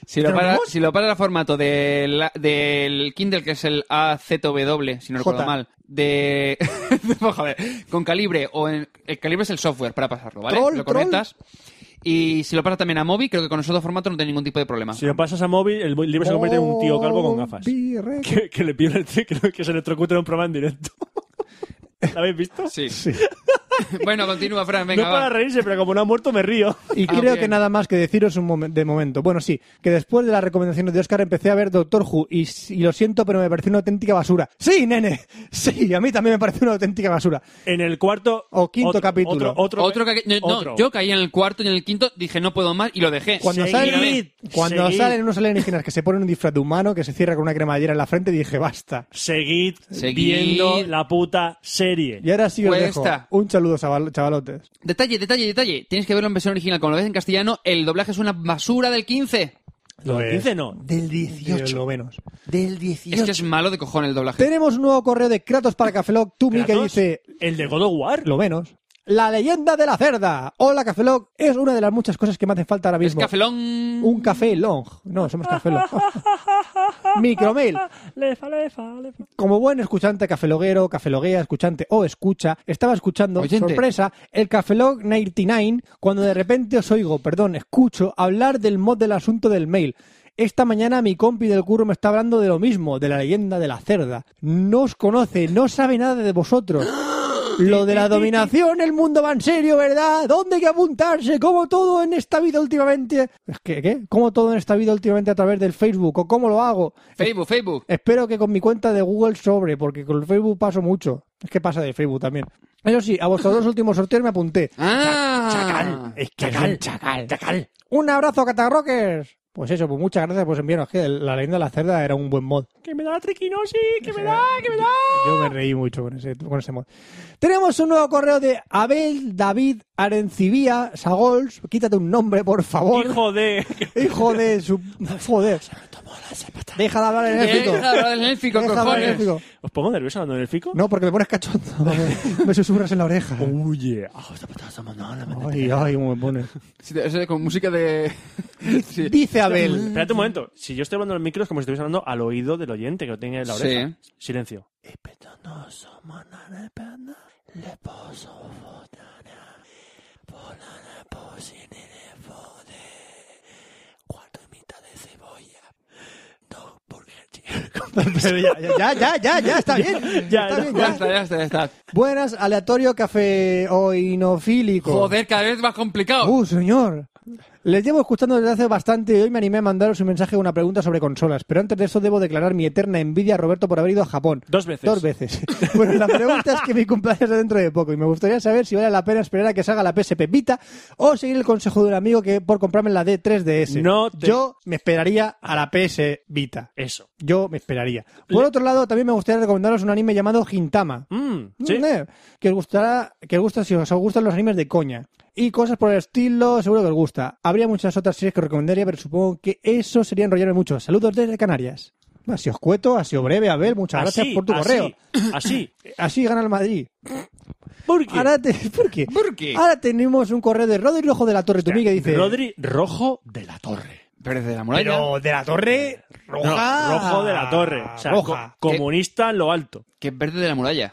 D: si lo
C: ¿Te
D: para-
C: rompimos?
D: si lo paras a formato de la- del Kindle, que es el AZW, si no recuerdo
C: J.
D: mal, de... *laughs* Pues, joder, con calibre, o en- el calibre es el software para pasarlo, ¿vale?
C: Troll,
D: lo
C: troll.
D: conectas. Y si lo pasas también a móvil, creo que con esos dos formatos no tiene ningún tipo de problema.
B: Si lo pasas a móvil, el libro Pues se convierte en un tío calvo con gafas.
C: Movirre-
B: Que, que le pide que, que se electrocuta en un programa en directo. *laughs* ¿La habéis visto?
D: Sí. *laughs*
C: Sí.
D: bueno, continúa, Fran, venga,
B: no
D: va.
B: para reírse, pero como no ha muerto, me río.
C: Y
D: Ah,
C: creo
D: bien.
C: que nada más que deciros un momen- de momento. Bueno, sí, que después de las recomendaciones de Oscar empecé a ver Doctor Who y, s- y lo siento, pero me pareció una auténtica basura. Sí, nene, *laughs* sí, a mí también me parece una auténtica basura.
B: En el cuarto
C: O quinto
B: otro-
C: capítulo.
B: Otro, otro,
D: Otro que- no, no,
B: otro.
D: yo caí en el cuarto y en el quinto, dije no puedo más y lo dejé.
C: Cuando,
B: Seguid,
C: salen, cuando
B: seguid.
C: salen unos alienígenas que se ponen un disfraz de humano, que se cierra con una cremallera en la frente, dije basta.
B: Seguid,
D: Seguid.
B: viendo la puta serie.
C: Y ahora
B: Pues
C: sí os dejo.
D: Cuesta.
C: Un saludo, chaval- chavalotes.
D: Detalle, detalle, detalle. Tienes que verlo en versión original. Como lo ves en castellano, el doblaje es una basura del 15.
B: Lo del 15 no.
C: Del 18. lo menos.
E: Del 18.
D: Es que es malo de cojones el doblaje.
C: Tenemos un nuevo correo de Kratos para Cafeloc. Tú, que
B: Kratos,
C: dice...
B: El de God of War.
C: Lo menos. La leyenda de la cerda. Hola, Cafeloc. Es una de las muchas cosas que me hacen falta ahora
D: Es
C: mismo.
D: cafelón.
C: Un café long. No, somos
B: *laughs*
C: café long. Micromail.
B: Lefa, lefa, lefa.
C: Como buen escuchante cafeloguero, cafeloguea, escuchante o escucha, estaba escuchando,
D: Oyente.
C: sorpresa, el Cafelog 99 cuando de repente os oigo, perdón, escucho hablar del mod del asunto del mail. Esta mañana mi compi del curro me está hablando de lo mismo, de la leyenda de la cerda. No os conoce, no sabe nada de vosotros. Lo de la dominación, el mundo va en serio, ¿verdad? ¿Dónde hay que apuntarse? Como todo en esta vida últimamente? Es que, ¿qué? ¿Cómo todo en esta vida últimamente a través del Facebook? ¿O cómo lo hago?
D: Facebook, Facebook.
C: Espero que con mi cuenta de Google sobre, porque con el Facebook paso mucho. Es que pasa de Facebook también. Eso sí, a vuestros dos últimos sorteos me apunté.
D: Ah.
C: Es chacal, chacal, chacal. Un abrazo, Catarroques. Pues eso, pues muchas gracias por enviarnos. Que la leyenda de la cerda era un buen mod.
B: Que me da triquinosis, que me da, que me da.
C: Yo me reí mucho con ese, con ese mod. Tenemos un nuevo correo de Abel David Arencibía Sagols. Quítate un nombre, por favor.
B: Hijo *laughs* de.
C: Hijo de su. Joder. Deja de hablar en élfico.
D: Deja de hablar en élfico,
C: Deja de hablar en
D: cojones.
C: élfico.
B: ¿Os pongo nervioso hablando en el fico?
C: No, porque me pones *laughs* cachondo. me susurras en la oreja.
B: Huye.
C: Ay, ay, cómo me pones.
D: Sí, eso es con música de. Sí.
C: Dice Abel.
B: Espérate un momento. Si yo estoy hablando en el micro es como si estuviese hablando al oído del oyente que lo tiene en la
D: Sí.
B: oreja. Silencio.
C: Pero ya, ya, ya, ya, ya, está bien.
B: ya,
C: está
B: ya.
C: bien,
D: Ya
C: ya.
D: está, ya está, ya está.
C: Buenas, aleatorio café oinofílico.
D: Joder, cada vez
B: *laughs*
D: más complicado.
C: Uh, señor. Les llevo escuchando desde hace bastante y hoy me animé a mandaros un mensaje o una pregunta sobre consolas. Pero antes de eso debo declarar mi eterna envidia a Roberto por haber ido a Japón.
B: Dos veces.
C: Dos veces. *laughs* Bueno, la pregunta es que mi cumpleaños es dentro de poco y me gustaría saber si vale la pena esperar a que salga la PSP Vita o seguir el consejo de un amigo que por comprarme la D3DS.
B: No te-
C: Yo me esperaría a la PS Vita.
B: Eso.
C: Yo me esperaría. Por otro lado, también me gustaría recomendaros un anime llamado Hintama.
B: Mm, sí.
C: Eh, Que os gustará, que os gusta si os gustan los animes de coña. Y cosas por el estilo, seguro que os gusta. Habría muchas otras series que os recomendaría, pero supongo que eso sería enrollarme mucho. Saludos desde Canarias. Ha sido escueto, ha sido breve, Abel. Muchas
B: Así,
C: gracias por tu correo.
B: Así.
C: *laughs*
B: así.
C: Así gana el Madrid.
B: ¿Por qué?
C: Ahora te- ¿Por qué?
D: ¿Por qué?
C: Ahora tenemos un correo de Rodri Rojo de la Torre Tumí que dice...
B: Rodri Rojo de la Torre.
D: Pero desde la muralla.
C: Pero de la Torre... Roja.
B: No, rojo de la Torre. O sea,
C: roja.
B: co- comunista en lo alto.
D: Que es verde de la muralla.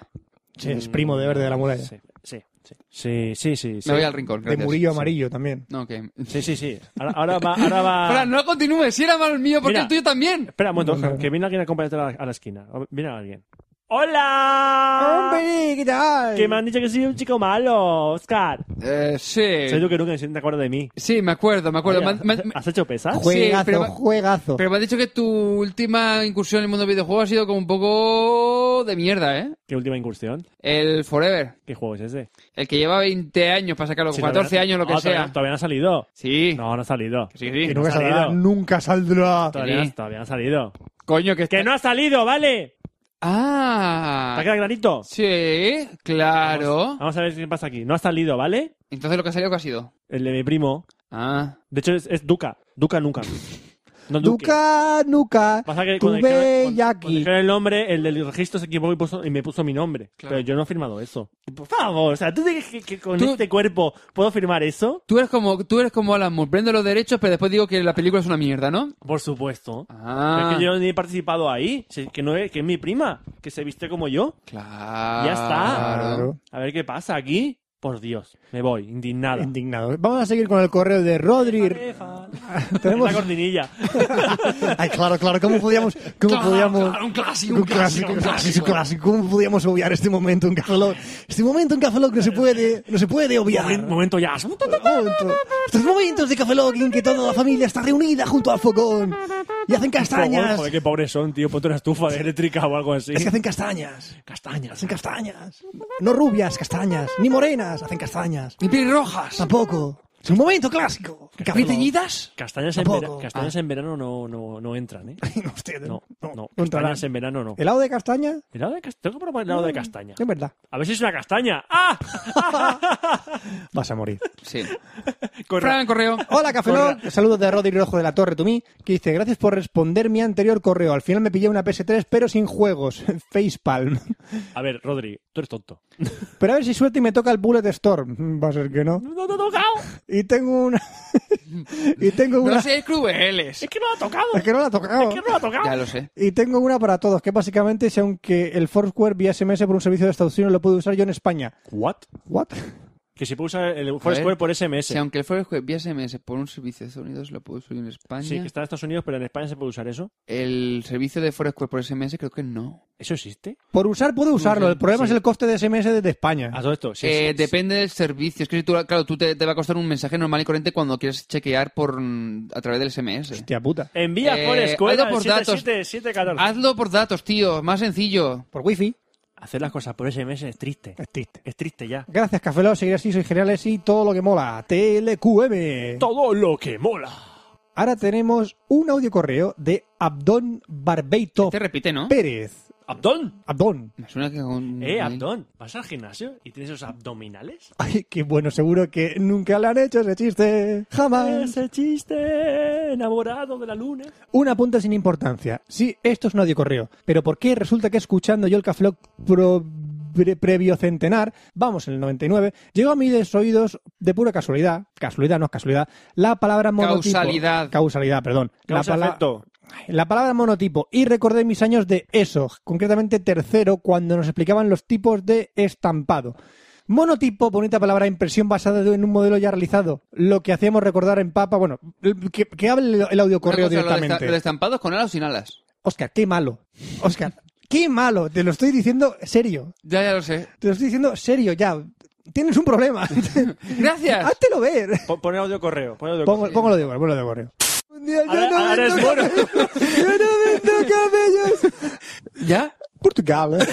C: Sí, es primo de verde de la muralla.
B: Sí, sí, sí. Sí, sí, sí. sí.
D: Me voy al rincón,
C: de
D: gracias.
C: Murillo Amarillo también.
D: No, que.
B: Sí, sí, sí. Ahora, ahora va. Ahora
C: *laughs*
B: va...
D: Fran, no continúes. Si era mal mío, porque
B: Mira.
D: el tuyo también.
B: Espera un momento, que viene alguien a acompañarte a la, a la esquina. Viene alguien. ¡Hola!
C: ¡Hombre, qué tal!
B: Que me han dicho que soy un chico malo, Oscar.
D: Eh, sí.
B: Soy yo que nunca se te acuerdas de mí.
D: Sí, me acuerdo, me acuerdo.
B: Oye,
D: Me han- me-
B: ¿Has hecho pesas?
D: Jue-
C: Juegazo,
D: pero-
C: juegazo.
D: Pero me has dicho que tu última incursión en el mundo del videojuego ha sido como un poco de mierda, ¿eh?
B: ¿Qué última incursión?
D: El Forever.
B: ¿Qué juego es ese?
D: El que lleva 20 años para sacarlo,
B: Sí,
D: 14
B: todavía-
D: años, lo que
B: Ah,
D: sea.
B: Todavía, todavía no ha salido.
D: Sí.
B: No, no ha salido.
D: Sí, sí.
B: Que no
C: nunca
B: ha
C: saldrá.
B: salido.
C: Nunca saldrá.
B: Todavía,
D: Sí.
B: todavía no ha salido.
D: Coño, que está...
B: ¡Que no ha salido, vale!
D: Ah.
B: ¿Te ha quedado clarito?
D: Sí, claro.
B: Vamos Ah. a ver qué pasa aquí. No ha salido, ¿vale?
D: Entonces lo que ha salido, ¿qué ha sido?
B: El de mi primo.
D: Ah.
B: De hecho, es, es Duca. Duca nunca. No Duque.
C: Duca, nuca.
B: Pasa que
C: Tu
B: cuando dijeron- cuando-
C: bella
B: cuando dijeron el nombre, el del registro se equivocó y, puso- y me puso mi nombre.
D: Claro.
B: Pero yo no he firmado eso. Por favor, o sea, ¿tú crees que, que con
D: Tú-
B: este cuerpo puedo firmar eso?
D: Tú eres como, tú eres como Alan Moore. Prendo los derechos, pero después digo que la película es una mierda, ¿no?
B: Por supuesto.
D: Ah.
B: Es que yo ni he participado ahí. Si- Que, no es, que es mi prima, que se viste como yo.
D: Claro.
B: Ya está. A ver qué pasa aquí. Por Dios, me voy, indignada.
C: Indignado. Vamos a seguir con el correo de Rodri.
B: Tenemos la cortinilla.
C: *laughs* Ay, claro, claro. ¿Cómo podíamos, cómo
D: Claro,
C: podíamos,
D: claro, un clásico,
C: un clásico, un clásico, un clásico? ¿Cómo podíamos obviar este momento en Café Lock? Este momento en Café Lock no se puede, no se puede obviar.
B: Momento ya.
C: Otro. Estos momentos de Café Lock en que toda la familia está reunida junto al fogón y hacen
B: Joder,
C: castañas.
B: joder, qué pobres son, tío. Ponte una estufa de eléctrica o algo así.
C: Es que hacen castañas. Castañas. Hacen castañas. No rubias, castañas. Ni morenas, hacen castañas.
D: Y pelirrojas.
C: Tampoco. Es un momento clásico.
D: ¿Y
C: Café
D: teñidas?
B: Castañas, en,
C: Tampoco. Ah.
B: vera- castañas en verano no, no, no entran, ¿eh?
C: *laughs* No, usted,
B: No, no.
C: entrará.
B: Castañas en verano no.
C: ¿Helado de castaña?
B: Helado de cas- Tengo que probar helado de castaña.
C: Es verdad.
B: A ver si es una castaña. ¡Ah!
C: Vas a morir.
D: Sí.
B: Con ra- *laughs*
D: Fran, correo.
C: Hola, Café Lock. Saludos de Rodri Rojo de la Torre Tumí, que dice, gracias por responder mi anterior correo. Al final me pillé una PS3, pero sin juegos. *laughs* Facepalm.
B: A ver, Rodri, tú eres tonto.
C: Pero a ver si suerte y me toca el Bullet Storm. Mm, Va a ser que no.
B: ¡No te ha tocado!
C: Y tengo una... *laughs* y tengo una...
D: No sé, crueles.
B: ¡Es que no lo ha tocado!
C: Es que no la ha tocado.
B: ¡Es que no lo ha tocado!
D: Ya lo sé.
C: Y tengo una para todos, que básicamente es aunque el Foursquare vía SMS por un servicio de Estados Unidos lo puedo usar yo en España.
B: ¿What?
C: ¿What?
B: Que si puedo usar el Foursquare por SMS.
D: Si aunque el Foursquare vía SMS por un servicio de sonidos lo puedo subir en España,
B: Sí, que está en Estados Unidos, pero en España se puede usar eso.
D: el servicio de Foursquare por SMS creo que no.
B: ¿Eso existe?
C: Por usar puedo usarlo, el problema
B: sí.
C: es el coste de SMS desde España.
B: A todo esto. Sí,
D: Eh,
B: sí, sí.
D: Depende del servicio. Es que si tú, claro, tú te, te va a costar un mensaje normal y corriente cuando quieres chequear por a través del SMS.
C: Hostia puta.
B: Envía
D: Eh,
B: Foursquare
D: hazlo
B: al
D: por datos. Ah.
B: 77714.
D: Hazlo por datos, tío. Más sencillo.
C: Por wifi.
B: Hacer las cosas por SMS es triste.
C: Es triste.
B: Es triste ya.
C: Gracias, Cafeló. Seguir así, sois geniales y todo lo que mola. TLQM.
B: Todo lo que mola.
C: Ahora tenemos un audio correo de Abdón Barbeito
D: Te
B: Este
D: repite, ¿no?
C: Pérez.
B: ¿Abdón?
C: Abdón.
D: Me suena que con...
B: Eh, Abdón, ¿vas al gimnasio y tienes esos abdominales?
C: Ay, qué bueno, seguro que nunca le han hecho ese chiste. Jamás.
B: Ese chiste enamorado de la luna.
C: Un apunte sin importancia. Sí, esto es un audio correo. Pero ¿por qué resulta que escuchando yo el Caflock pro- pre- previo centenar, vamos, en el 99, llegó a mis oídos de pura casualidad, casualidad no es casualidad, la palabra monotipo.
D: Causalidad.
C: Causalidad, perdón.
B: Causa
C: la, pala-
B: efecto.
C: la palabra monotipo. Y recordé mis años de eso, concretamente tercero, cuando nos explicaban los tipos de estampado. Monotipo, bonita palabra, impresión basada en un modelo ya realizado. Lo que hacíamos recordar en Papa, bueno, el- que, que hable el audio
D: Una
C: correo
D: cosa, lo de esta-
C: directamente.
D: lo de estampados con alas o sin alas.
C: Oscar, qué malo. Oscar, qué malo. Te lo estoy diciendo serio.
D: Ya, ya
B: *laughs*
D: lo sé.
B: Ah,
C: Te lo estoy diciendo serio ya. Tienes un problema.
D: Gracias.
C: Háztelo ver.
B: Pon- Pon audio correo. Pon audio
C: Pongo,
B: correo.
C: pongo lo de correo, *laughs* pongo lo de correo. Un día yo
B: Ahora-
C: no
B: ahora
C: vendo
B: es bueno.
C: cabellos. Yo no vendo cabellos.
D: ¿Ya?
C: Portugal. ¿eh?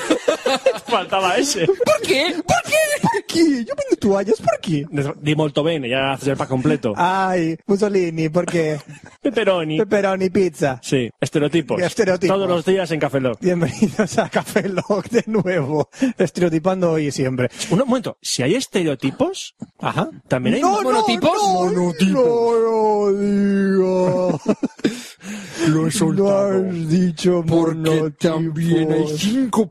B: Faltaba ese.
D: ¿Por qué?
C: ¿Por qué? ¿Por qué? Yo vendo toallas, ¿por qué?
B: Di molto bene, ya haces el pack completo.
C: Ah. Ay, Mussolini, ¿por qué?
B: Pepperoni.
C: Pepperoni pizza.
B: Sí, estereotipos.
C: Estereotipos.
B: Todos los días en Café Lock.
C: Bienvenidos a Café Lock de nuevo. Estereotipando hoy y siempre.
B: Un momento, si hay estereotipos, ajá, también hay
C: No,
D: monotipos?
C: No, no, no lo digas.
J: Lo he
C: Lo
J: soltado.
C: has dicho
J: Porque también hay
C: monotipos.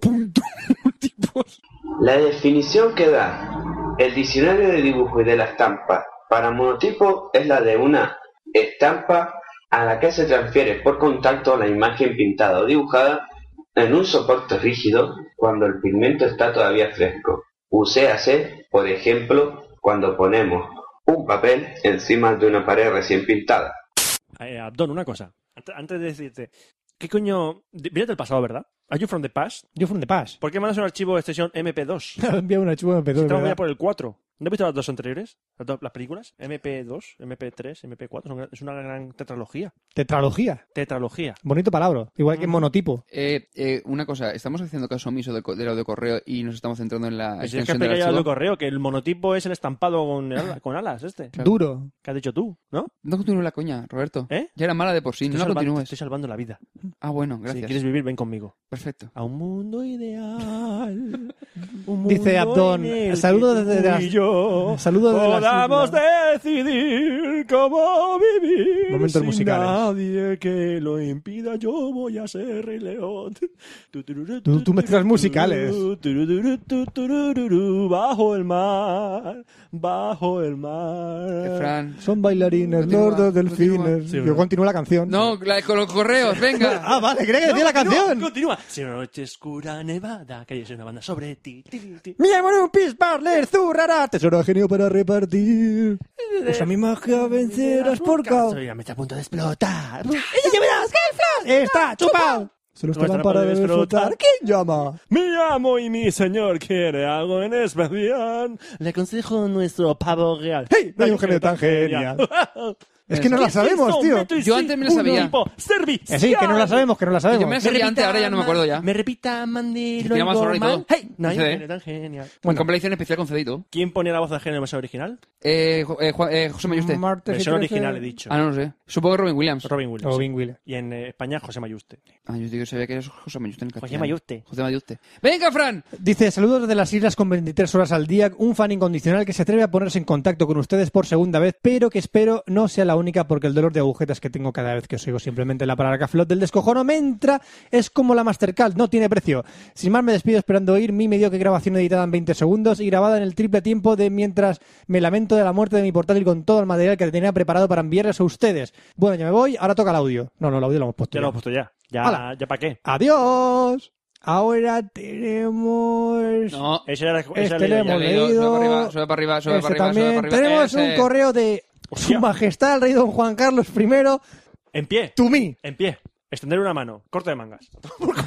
J: 5.1 tipos.
K: La definición que da el diccionario de dibujo y de la estampa para monotipo es la de una estampa a la que se transfiere por contacto la imagen pintada o dibujada en un soporte rígido cuando el pigmento está todavía fresco. Uséase, por ejemplo, cuando ponemos un papel encima de una pared recién pintada.
B: Eh, Abdón, una cosa. Ant- Antes de decirte, ¿qué coño? di- Mírate el pasado, ¿verdad? Are you from the past?
C: Yo from the past.
B: ¿Por qué mandas un archivo de extensión MP2?
C: *laughs* Envía un archivo de MP2.
B: Estamos
C: ¿verdad?
B: ya por el 4. ¿No has visto las dos anteriores? Las, dos- las películas? MP2, MP3, MP4. Son- es una gran tetralogía.
C: Tetralogía.
B: Tetralogía.
C: Bonito palabra. Igual que monotipo.
D: Eh, eh, una cosa, estamos haciendo caso omiso de, co- de lo de correo y nos estamos centrando en la
B: Pues tienes que
D: extensión del
B: explicar ya
D: archivo.
B: lo correo, que el monotipo es el estampado con, ala- con alas, este.
C: Duro.
B: ¿Qué has dicho tú? ¿No?
D: No continúes la coña, Roberto.
B: ¿Eh?
D: Ya era mala de por sí,
B: Estoy
D: no la
B: salvando-
D: continúes.
B: Estoy salvando la vida.
D: Ah, bueno, gracias.
B: Si quieres vivir, ven conmigo.
D: Perfecto.
B: A un mundo ideal. Un
C: Dice
B: mundo
C: Abdón.
B: en el
C: Saludos
B: que tú
C: desde la-
B: y yo
C: Oh, saludos desde la
B: Podamos decidir cómo vivir.
C: Momentos
B: sin
C: musicales.
B: nadie que lo impida. Yo voy a ser Rey León. Tu, tururú,
C: Tú- tú mezclas
B: tururú,
C: musicales.
B: tururú, tu, tururú, Bajo el mar. Bajo el mar.
D: Fran.
C: Son bailarines,
D: Continúa,
C: gordos
D: continúa.
C: delfines.
B: Sí,
C: Yo
B: ¿verdad?
C: continúo la canción.
D: No, la- con los
B: eh, *laughs*
D: correos, venga.
C: Ah, vale, quería que decía la canción.
B: Continúa. Si una noche oscura nevada, que una banda sobre ti. ti, ti, ti.
C: Mi amor, un pis parler, zurrará, tesoro genio para repartir. Esa mi magia vencerás por caos.
B: Soy la mecha a punto de explotar.
C: ¡Ya verás que el flash está chupado! Se los
B: Nuestra
C: toman para
B: para
C: disfrutar.
B: disfrutar.
C: ¿Quién llama?
B: Mi amo y mi señor quiere algo en especial. Le aconsejo nuestro pavo real.
C: ¡Hey! No hay un genio tan genial.
B: *laughs*
C: Es que no la
B: este
C: sabemos, tío.
D: Yo antes me la sabía.
C: Eh, sí, que no la sabemos, que no la
D: Que yo
C: sabemos.
D: me la sabía antes, ahora ya no me acuerdo ya.
B: Me repita Mandy
D: Que tenía más horror y todo.
B: Hey, no hay un
D: Sí.
B: genio tan genial.
D: Bueno. Compré la edición especial con Cedito.
B: ¿Quién ponía la voz del genio más original?
D: Eh, Jo- eh, Juan- eh, José Mayuste.
C: Martes y
B: Versión
C: trece.
B: original, he dicho.
D: Ah, no lo sé. Supongo que Robin Williams.
B: Robin Williams.
C: Robin Williams.
B: Y en eh, España, José Mayuste.
D: Ah, yo digo, sabía que era José Mayuste en el castellano.
B: Mayuste. Pues
D: José Mayuste. ¡Venga, Fran!
C: Dice, saludos desde las islas con 23 horas al día, un fan incondicional que se atreve a ponerse en contacto con ustedes por segunda vez, pero que espero no sea la única porque el dolor de agujetas que tengo cada vez que os oigo simplemente la palabra flot del descojono me entra, es como la Mastercard, no tiene precio. Sin más, me despido esperando oír mi mediocre grabación editada en 20 segundos y grabada en el triple tiempo de mientras me lamento de la muerte de mi portátil con todo el material que tenía preparado para enviarles a ustedes. Bueno, ya me voy, ahora toca el audio. No, no, el audio lo hemos puesto.
B: Ya
C: ya.
B: lo hemos puesto ya. Ya,
C: Hala.
B: ya para qué.
C: Adiós. Ahora tenemos...
D: No.
B: Esa era, esa
C: Este
B: era la
C: le
B: idea.
C: hemos
D: leído,
C: leído.
D: sube para arriba, sube para arriba, sube
C: Ese
D: para arriba, sube
C: también.
D: para arriba.
C: Tenemos
D: Ese.
C: un correo de
B: Hostia.
C: Su Majestad el Rey Don Juan Carlos I,
B: En pie.
C: to me.
B: En pie. Extender una mano. Corte de mangas.
C: Pues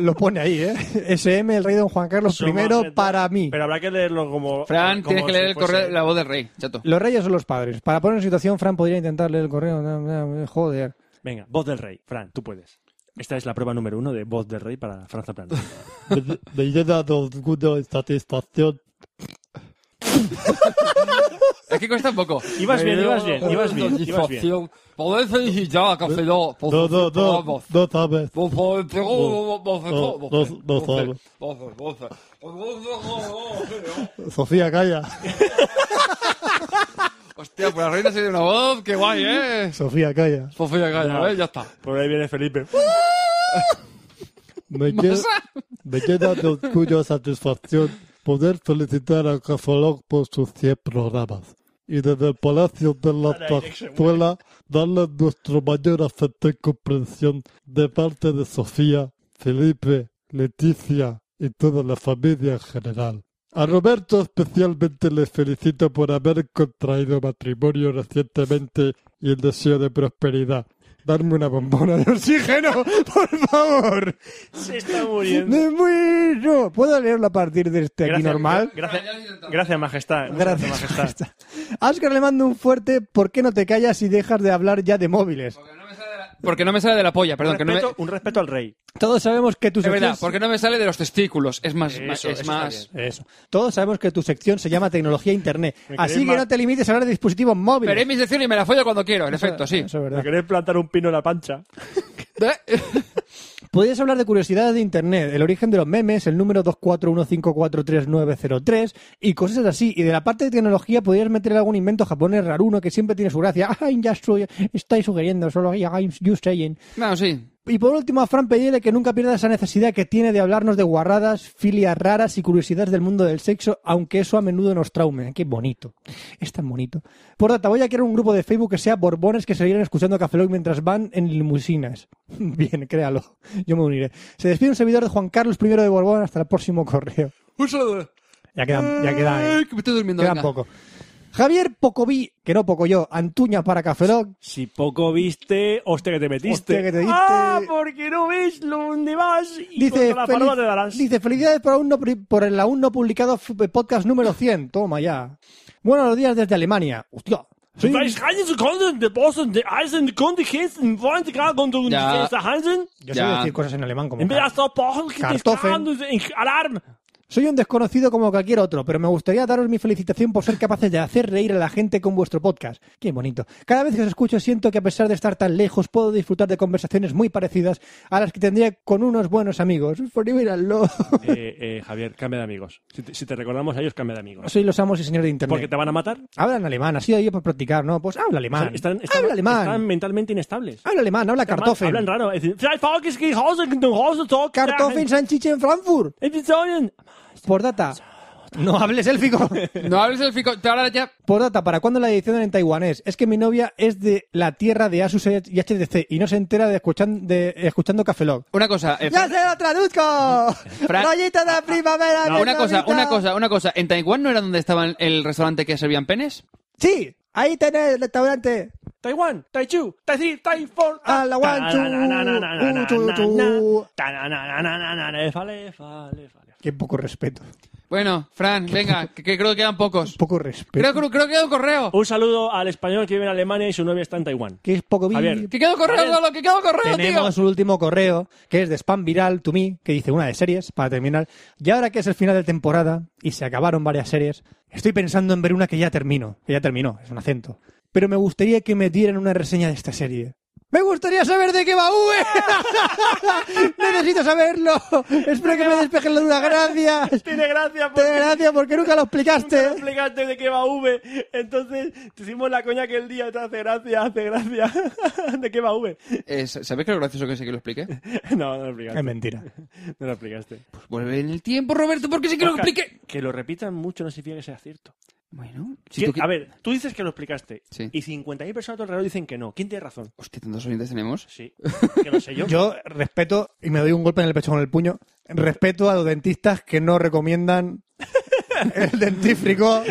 C: Lo pone ahí,
B: *laughs*
C: ¿eh? SM, el Rey Don Juan Carlos
B: Somos
C: I,
B: gente-
C: para mí.
B: Pero habrá que leerlo como.
D: Fran,
B: como
D: tienes que leer
B: si
D: el
B: fuese-
D: correo, la voz del rey, chato.
C: Los reyes son los padres. Para poner en situación, Fran podría intentar leer el correo. No, no, Joder.
B: Venga, voz del rey. Fran, tú puedes. Esta es la prueba número uno de voz del rey para Franza Plana.
L: Me llena de orgullo y satisfacción.
D: Es que cuesta un poco.
B: Ibas bien,
L: Me
B: ibas
L: llena
B: bien, *laughs* ibas bien, ibas bien.
L: satisfacción. Poder felicitar a Cafeína por No, sus no, no, programas. no sabes. Por favor, pero- No, no, Voces, no voces, sabes. voces, voces.
C: Sofía, calla.
D: Hostia, pues la reina se dio una voz, qué guay, ¿eh?
C: Sofía, calla.
L: Sofía, calla, ¿eh? ya está.
B: Por ahí viene *laughs* Felipe.
L: Me lle- me llena de orgullo y satisfacción poder felicitar a Cafolog por sus 100 programas y desde el Palacio de la Zarzuela darle nuestro mayor afecto y comprensión de parte de Sofía, Felipe, Leticia y toda la familia en general. A Roberto especialmente le felicito por haber contraído matrimonio recientemente y el deseo de prosperidad. Darme una bombona
C: *laughs*
L: de oxígeno, por favor.
B: Se está muriendo.
C: Me muero. ¿Puedo leerlo a partir de este aquí
B: Gracias,
C: normal?
B: Gracias, gracias, majestad. Muchas
C: Gracias,
B: *laughs*
C: *laughs*
B: majestad.
C: A Oscar le mando un fuerte ¿Por qué no te callas y dejas de hablar ya de móviles?
D: Porque no me sale de la polla, perdón.
B: Un
D: Que no me...
B: respeto, un respeto al rey.
C: Todos sabemos que tus
D: Es verdad, porque no me sale de los testículos. Es más,
B: Eh, Eso,
D: es
B: eso
D: más.
B: está
C: Eso. Todos sabemos que tu sección se llama tecnología e internet.
B: Me queréis
C: Así que
B: mal.
C: no te limites a hablar de dispositivos móviles.
D: Pero es mi sección y me la follo cuando quiero, en efecto, sí.
C: Eso es
B: Me
C: verdad.
B: queréis plantar un pino en la pancha.
D: ¿Eh?
C: Podrías hablar de curiosidades de internet, el origen de los memes, el número 241543903 y cosas así. Y de la parte de tecnología podrías meter algún invento japonés raruno que siempre tiene su gracia. *laughs* Ah, ya estoy, estáis sugiriendo, solo I'm just saying.
D: *laughs* No, sí.
C: Y por último, a Fran, pedirle que nunca pierda esa necesidad que tiene de hablarnos de guarradas, filias raras y curiosidades del mundo del sexo, aunque eso a menudo nos traume. Qué bonito. Es tan bonito. Por tanto, voy a crear un grupo de Facebook que sea borbones que se vayan escuchando Café Lock mientras van en limusinas. *laughs* Bien, créalo. Yo me uniré. Se despide un servidor de Juan Carlos I de Borbón hasta el próximo correo.
D: Un saludo.
C: Ya ¿eh? quedan, ya quedan,
D: Ay, Eh, que me estoy durmiendo.
C: quedan
D: venga.
C: poco. Javier Pocoví, que no poco yo, Antuña para Cafeloc.
B: Si poco viste, hostia que te metiste.
C: Hostia que te diste.
B: Ah, porque no ves lo dónde vas y
C: Dice,
B: contra la
C: "Feliz-
B: farda te darás.
C: dice, felicidades por, aún no pri- por el aún no publicado f- podcast número 100. Toma ya. Buenos días desde Alemania. Hostia.
B: Sí.
C: Soy-
B: Ja.
C: Yo sé decir cosas en alemán como...
B: En vez de hasta Pochen, que te
C: Kartoffeln.
B: están dando en- Alarm.
C: Soy un desconocido como cualquier otro, pero me gustaría daros mi felicitación por ser capaces de hacer reír a la gente con vuestro podcast. Qué bonito. Cada vez que os escucho siento que a pesar de estar tan lejos puedo disfrutar de conversaciones muy parecidas a las que tendría con unos buenos amigos. For you, míralo.
B: Eh, eh, Javier, cambia de amigos. Si te, si te recordamos a ellos, cambia de amigos.
C: Soy los amos y señores de
B: Porque
C: internet.
B: te van a matar.
C: Hablan alemán, así yo por practicar, ¿no? Pues habla
B: O sea,
C: alemán.
B: están, están-
C: habla alemán.
B: están mentalmente inestables.
C: Habla alemán, habla
B: Además,
C: cartofen.
B: Hablan raro. Es decir, "Vielleicht fahre ich gegen Hause, gegen Hause, zurück."
C: Kartoffeln, salchicha en Frankfurt.
B: Ich bin sorry.
C: Por data. No hables
D: *laughs*
C: élfico.
D: No hables del fico. Ahora ya.
C: Por data, ¿para cuándo la edición en taiwanés? Es que mi novia es de la tierra de Asus y HTC y no se entera de, escuchan- de escuchando Cafelog.
D: Una cosa. eh,
C: ¡Ya se lo traduzco!
D: *laughs* Fran- Ah,
C: ¡Rollito de primavera!
D: No, una cosa,
C: vietnamita!
D: una cosa, una cosa. ¿En Taiwán no era donde estaba el restaurante que servían penes?
C: ¡Sí! Ahí tenés el restaurante.
B: Taiwán, Taichu, Taizhi, Taifor.
C: A la one, two,
B: Tananananananana,
C: uh, chu, chu.
B: tanananananana, efa, lefa, lefa, lefa.
C: Qué poco respeto.
D: Bueno, Fran, venga, que, que creo que quedan pocos.
C: Poco respeto.
D: Creo, creo, creo que queda un correo.
B: Un saludo al español que vive en Alemania y su novia está en Taiwán.
C: Que es poco vi-
B: Javier.
D: Que queda un correo,
B: Javier,
D: Lolo, que queda un correo,
C: Tenemos un último correo que es de spam viral to me, que dice una de series para terminar. Y ahora que es el final de temporada y se acabaron varias series, estoy pensando en ver una que ya termino. Que ya terminó, es un acento. Pero me gustaría que me dieran una reseña de esta serie. ¡Me gustaría saber de qué va V! *laughs* ¡Necesito saberlo! Espero que me despejen la duda. ¡Gracias!
B: Tiene gracia
C: Te
B: porque
C: gracias porque nunca lo
B: nunca me
C: explicaste.
B: explicaste de qué va V. Entonces, te hicimos la coña que el día te hace gracia, hace gracia. *laughs* ¿De qué va V?
D: tío. Eh, ¿Sabéis que lo gracioso que sé que lo expliqué?
B: No, no lo
C: Es
B: explicaste.
C: mentira.
B: No lo explicaste.
D: Pues vuelve en el tiempo, Roberto, porque sí que lo
B: Oscar,
D: expliqué.
B: Que lo repitan mucho no significa que sea cierto.
D: Bueno, si
B: ¿Quién-
D: tú qui-
B: A ver, tú dices que lo explicaste.
D: Sí.
B: Y 50.000 personas a tu alrededor dicen que no. ¿Quién tiene razón?
D: Hostia, tantos oyentes tenemos.
B: Sí. *laughs* Que lo sé yo.
C: Yo respeto, y me doy un golpe en el pecho con el puño, respeto a los dentistas que
B: *laughs*
C: no recomiendan el dentífrico.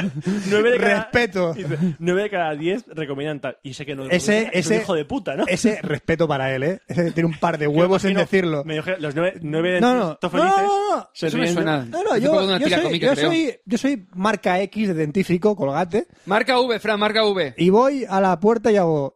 B: Nueve de cada-
C: respeto.
B: *laughs* Dice, Nueve de cada diez recomiendan tal. Y sé que no lo
C: Ese-
B: recomiendan, es un
C: ese-
B: hijo de puta, ¿no?
C: Ese respeto para él, ¿eh? Ese tiene un par de
B: Yo
C: huevos en
B: imagino-
C: decirlo.
B: me imagino los nueve, nueve
C: No, no.
B: dentistas
C: No, no,
B: felices
C: no, no.
B: se
D: Eso me
B: ríen de-
D: suena.
C: No, no,
D: Hace poco de
C: yo,
D: una
C: yo
D: tira
C: soy,
D: cómica,
C: yo,
D: creo.
C: soy, yo soy marca X de dentífrico, colgate,
D: Marca V, Fran, marca V.
B: Eh,
C: y voy a la puerta y hago,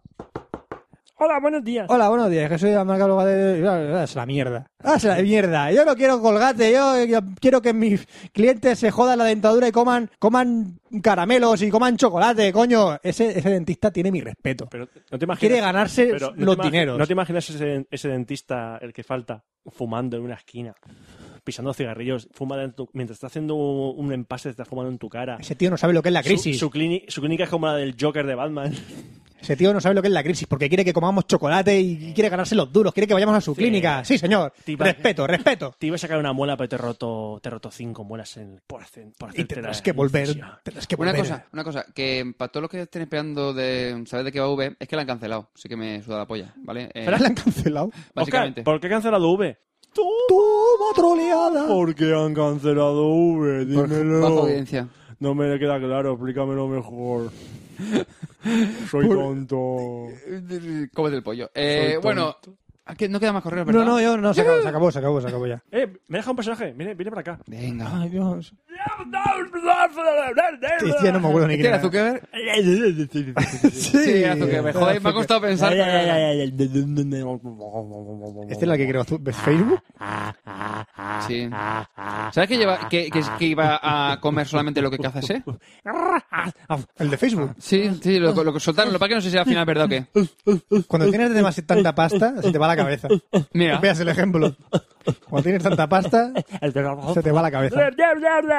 B: Hola, buenos días.
C: hola, buenos días, que soy de la marca colgate, es la mierda, Ah, es la mierda, yo no quiero colgate, yo, yo quiero que mis clientes se jodan la dentadura y coman, coman caramelos y coman chocolate, coño, ese, ese dentista tiene mi respeto.
B: Pero no te imaginas,
C: Quiere ganarse
B: pero no te
C: los
B: imagi-
C: dineros.
B: No te imaginas ese, ese dentista, el que falta, fumando en una esquina, pisando cigarrillos, fuma en tu- mientras está haciendo un un empase, te está fumando en tu cara.
C: Ese tío no sabe lo que es la
B: Su-
C: crisis.
B: Su, clini- su clínica es como la del Joker de Batman. *laughs*
C: Ese tío no sabe lo que es la crisis porque quiere que comamos chocolate y quiere ganarse los duros, quiere que vayamos a su clínica. Sí, señor.
B: Te iba-
C: Respeto, respeto.
B: Te iba a sacar una muela, pero te he roto, te he roto cinco muelas en, por, hacer, por
C: Y
B: hacerte la
C: tendrás que volver.
B: incisión.
C: Tendrás que
D: Una
C: volver. *laughs*
D: cosa, una cosa, que para todos los que estén esperando de saber de qué va V, es que la han cancelado, así que me suda la polla, ¿vale? Eh,
C: Pero la han cancelado.
D: básicamente.
B: Oscar, ¿por qué ha cancelado V?
C: Toma
L: *laughs*
C: troleada.
B: ¿Por qué han cancelado V?
D: Por baja audiencia.
B: No me queda claro, explícamelo
D: *laughs*
B: mejor. Soy tonto.
D: *laughs* Cómete el pollo. Eh,
B: Soy
D: bueno, ¿a qué- no queda más correos,
C: No,
D: ¿verdad?
C: no, yo no, se acabó, se acabó, se acabó, se
D: *laughs*
C: acabó ya.
B: Eh, me deja un personaje. Viene, viene para acá.
D: Venga.
C: Ay, Dios. Este ya no me acuerdo ni
D: ¿Este
C: quién
D: era
C: era.
D: Zuckerberg?
C: *laughs* Sí,
D: Sí, era Zuckerberg. Joder, me ha costado pensar. pero era.
C: Este es la que creó Zu- Facebook.
D: Sí. *laughs* ¿Sabes que, lleva, que, que, que iba a comer solamente lo que cazase? Ah.
C: Ah, El de Facebook.
D: Sí, sí, lo, lo que soltaron. Lo para que no sé si al final es verdad o qué.
C: Cuando tienes demasi- tanta pasta, se te va la cabeza.
D: Mira.
C: Veas el ejemplo. Cuando tienes tanta pasta, se te va la cabeza.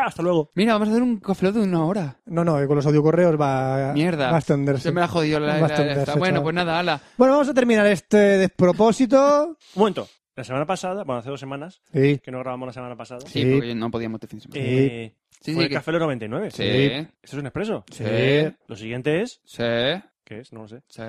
B: Hasta luego.
D: Mira, vamos a hacer un cofleo de una hora.
C: No, no, con los audiocorreos va,
D: Mierda.
C: va a extenderse.
D: Se me la ha jodido la,
C: Va a
D: la- la-
C: extenderse,
D: esta. Bueno,
C: chaval.
D: pues nada, ala.
C: Bueno, vamos a terminar este despropósito.
B: Un momento. La semana pasada, bueno, hace dos semanas,
C: Sí.
B: que no grabamos la semana pasada,
D: Sí,
C: Sí.
D: porque no podíamos este fin de semana.
B: eh,
D: Sí,
B: fue
D: sí,
B: el
D: que-
B: Café Lero 99.
D: Sí.
B: ¿Esto es un expreso?
D: Sí.
B: Lo siguiente es...
D: Sí.
B: ¿Qué es? No lo sé.
D: Sí.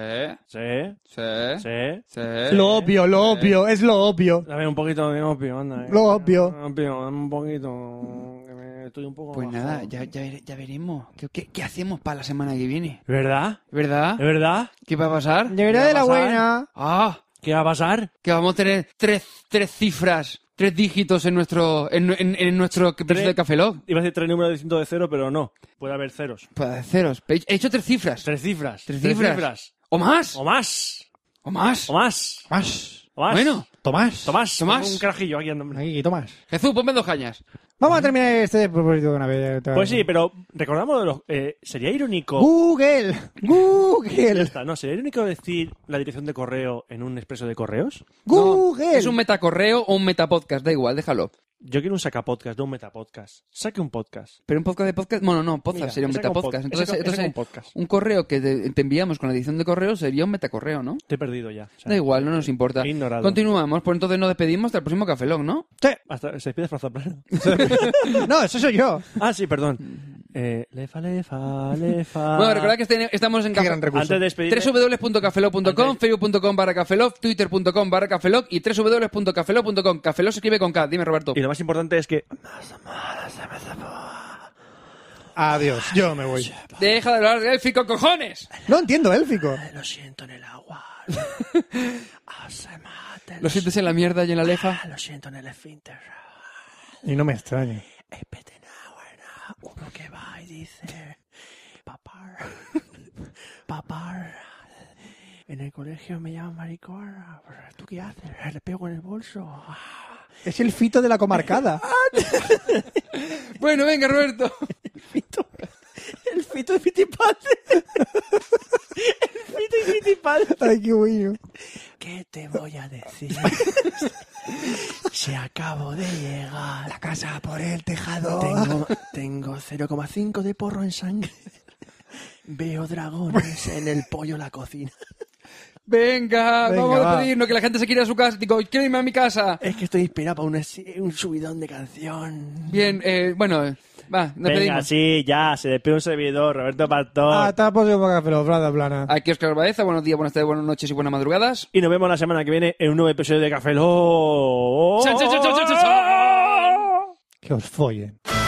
B: Sí,
D: Sí. Sí.
B: sí.
C: Lo
D: Eh,
C: obvio, lo obvio, es lo obvio.
B: Dame un poquito de opio, anda. eh.
C: Lo obvio.
B: Opio, dame un poquito. que me- estoy un poco.
D: Pues
B: bajado.
D: nada, ya, ya, vere- ya veremos. ¿Qué, qué, qué hacemos para la semana que viene?
B: ¿Verdad?
D: ¿Verdad?
B: ¿Verdad?
D: ¿Qué va a pasar?
B: Llegará de la buena.
D: ¡Ah!
B: ¿Qué va a pasar?
D: Que vamos a tener tres, tres cifras, tres dígitos en nuestro, en, en- en nuestro precio de Café Lock.
B: Iba a decir tres números distintos de cero, pero no. Puede haber ceros.
D: Para ceros. Pues He he hecho tres cifras.
B: Tres cifras.
D: Tres
B: Tres
D: cifras.
B: cifras.
D: O más.
B: O más.
D: O más.
B: O más.
C: Tomás.
B: O más.
D: Bueno.
C: Tomás.
B: Tomás.
D: Tomás.
B: Un carajillo aquí andando.
C: Aquí, Tomás.
D: Jesús, ponme dos cañas.
C: Vamos a terminar este despropósito de una vez.
B: Pues sí, pero recordamos de los. eh, sería irónico.
D: Uh.
C: Google.
B: Ya
C: Google.
B: está, no, ¿sería irónico decir la dirección de correo en un expreso de correos?
C: Google.
D: Es un metacorreo o un metapodcast, da igual, déjalo.
B: Yo quiero un sacapodcast, no un metapodcast. Saque un podcast.
D: Pero un podcast de podcast, bueno, no, podcast
B: Mira,
D: sería un
B: ese con
D: metapodcast.
B: pod- ese
D: Entonces,
B: con- ese
D: entonces,
B: con podcast.
D: un correo que te, te enviamos con la edición de correo sería un metacorreo, ¿no?
B: Te he perdido ya. o sea,
D: Da igual, no nos importa.
B: he ignorado.
D: Continuamos, pues entonces nos despedimos hasta el próximo Café Lock, ¿no?
B: Hasta, se despide Franza Plana.
C: No, eso soy yo.
B: ah, sí,
D: *laughs*
B: perdón. Eh, lefa, lefa, lefa.
D: Bueno, recordad que este- estamos en
C: Ah, Qué gran recurso.
B: Antes de despedirme,
D: www.cafelog.com,
B: Antes-
D: facebook.com barra cafelog, twitter.com barra cafelog y www.cafelog.com. Cafelog se escribe con K. Dime, Roberto.
B: y lo más importante es que
C: Adiós. Yo me voy.
D: Deja de hablar de élfico, cojones.
C: No entiendo élfico.
B: lo siento en el agua.
D: Lo sientes en la mierda y en la lefa.
B: Lo siento en el esfínter.
C: Y no me extraña.
B: Uno que va y dice, papar, papar, en el colegio me llaman maricón, ¿tú qué haces? Le pego en el bolso.
C: Es el fito de la comarcada.
D: Bueno,
C: *laughs*
D: venga, Roberto.
B: *laughs* El fito de *laughs* Fitipalde. El fito de Fitipalde.
C: Ay, qué bueno.
B: ¿Qué te voy a
C: *laughs*
B: decir? Se acabo de llegar. La casa por el tejado. Tengo, tengo 0,5 de porro en sangre. Veo dragones en el pollo la cocina.
D: Venga,
C: Venga,
D: vamos a
C: va. Eh.
D: despedirnos, que la gente se quiere ir a su casa. Digo, quiero irme a mi casa.
B: Es que estoy inspirado para un, un subidón de canción.
D: Bien, eh, bueno, eh, va, nos
B: Venga,
D: pedimos. Ah,
B: sí, ya, se despide un servidor, Roberto Pastor.
C: Hasta el próximo café, Lock, Plana Plana.
D: Aquí Oscar Baeza, buenos días, buenas tardes, buenas noches y buenas madrugadas.
B: Y nos vemos la semana que viene en un nuevo episodio de Café Lock.
D: Chan, chan, chan, chan, chan, chan, chan.
C: Que os follen.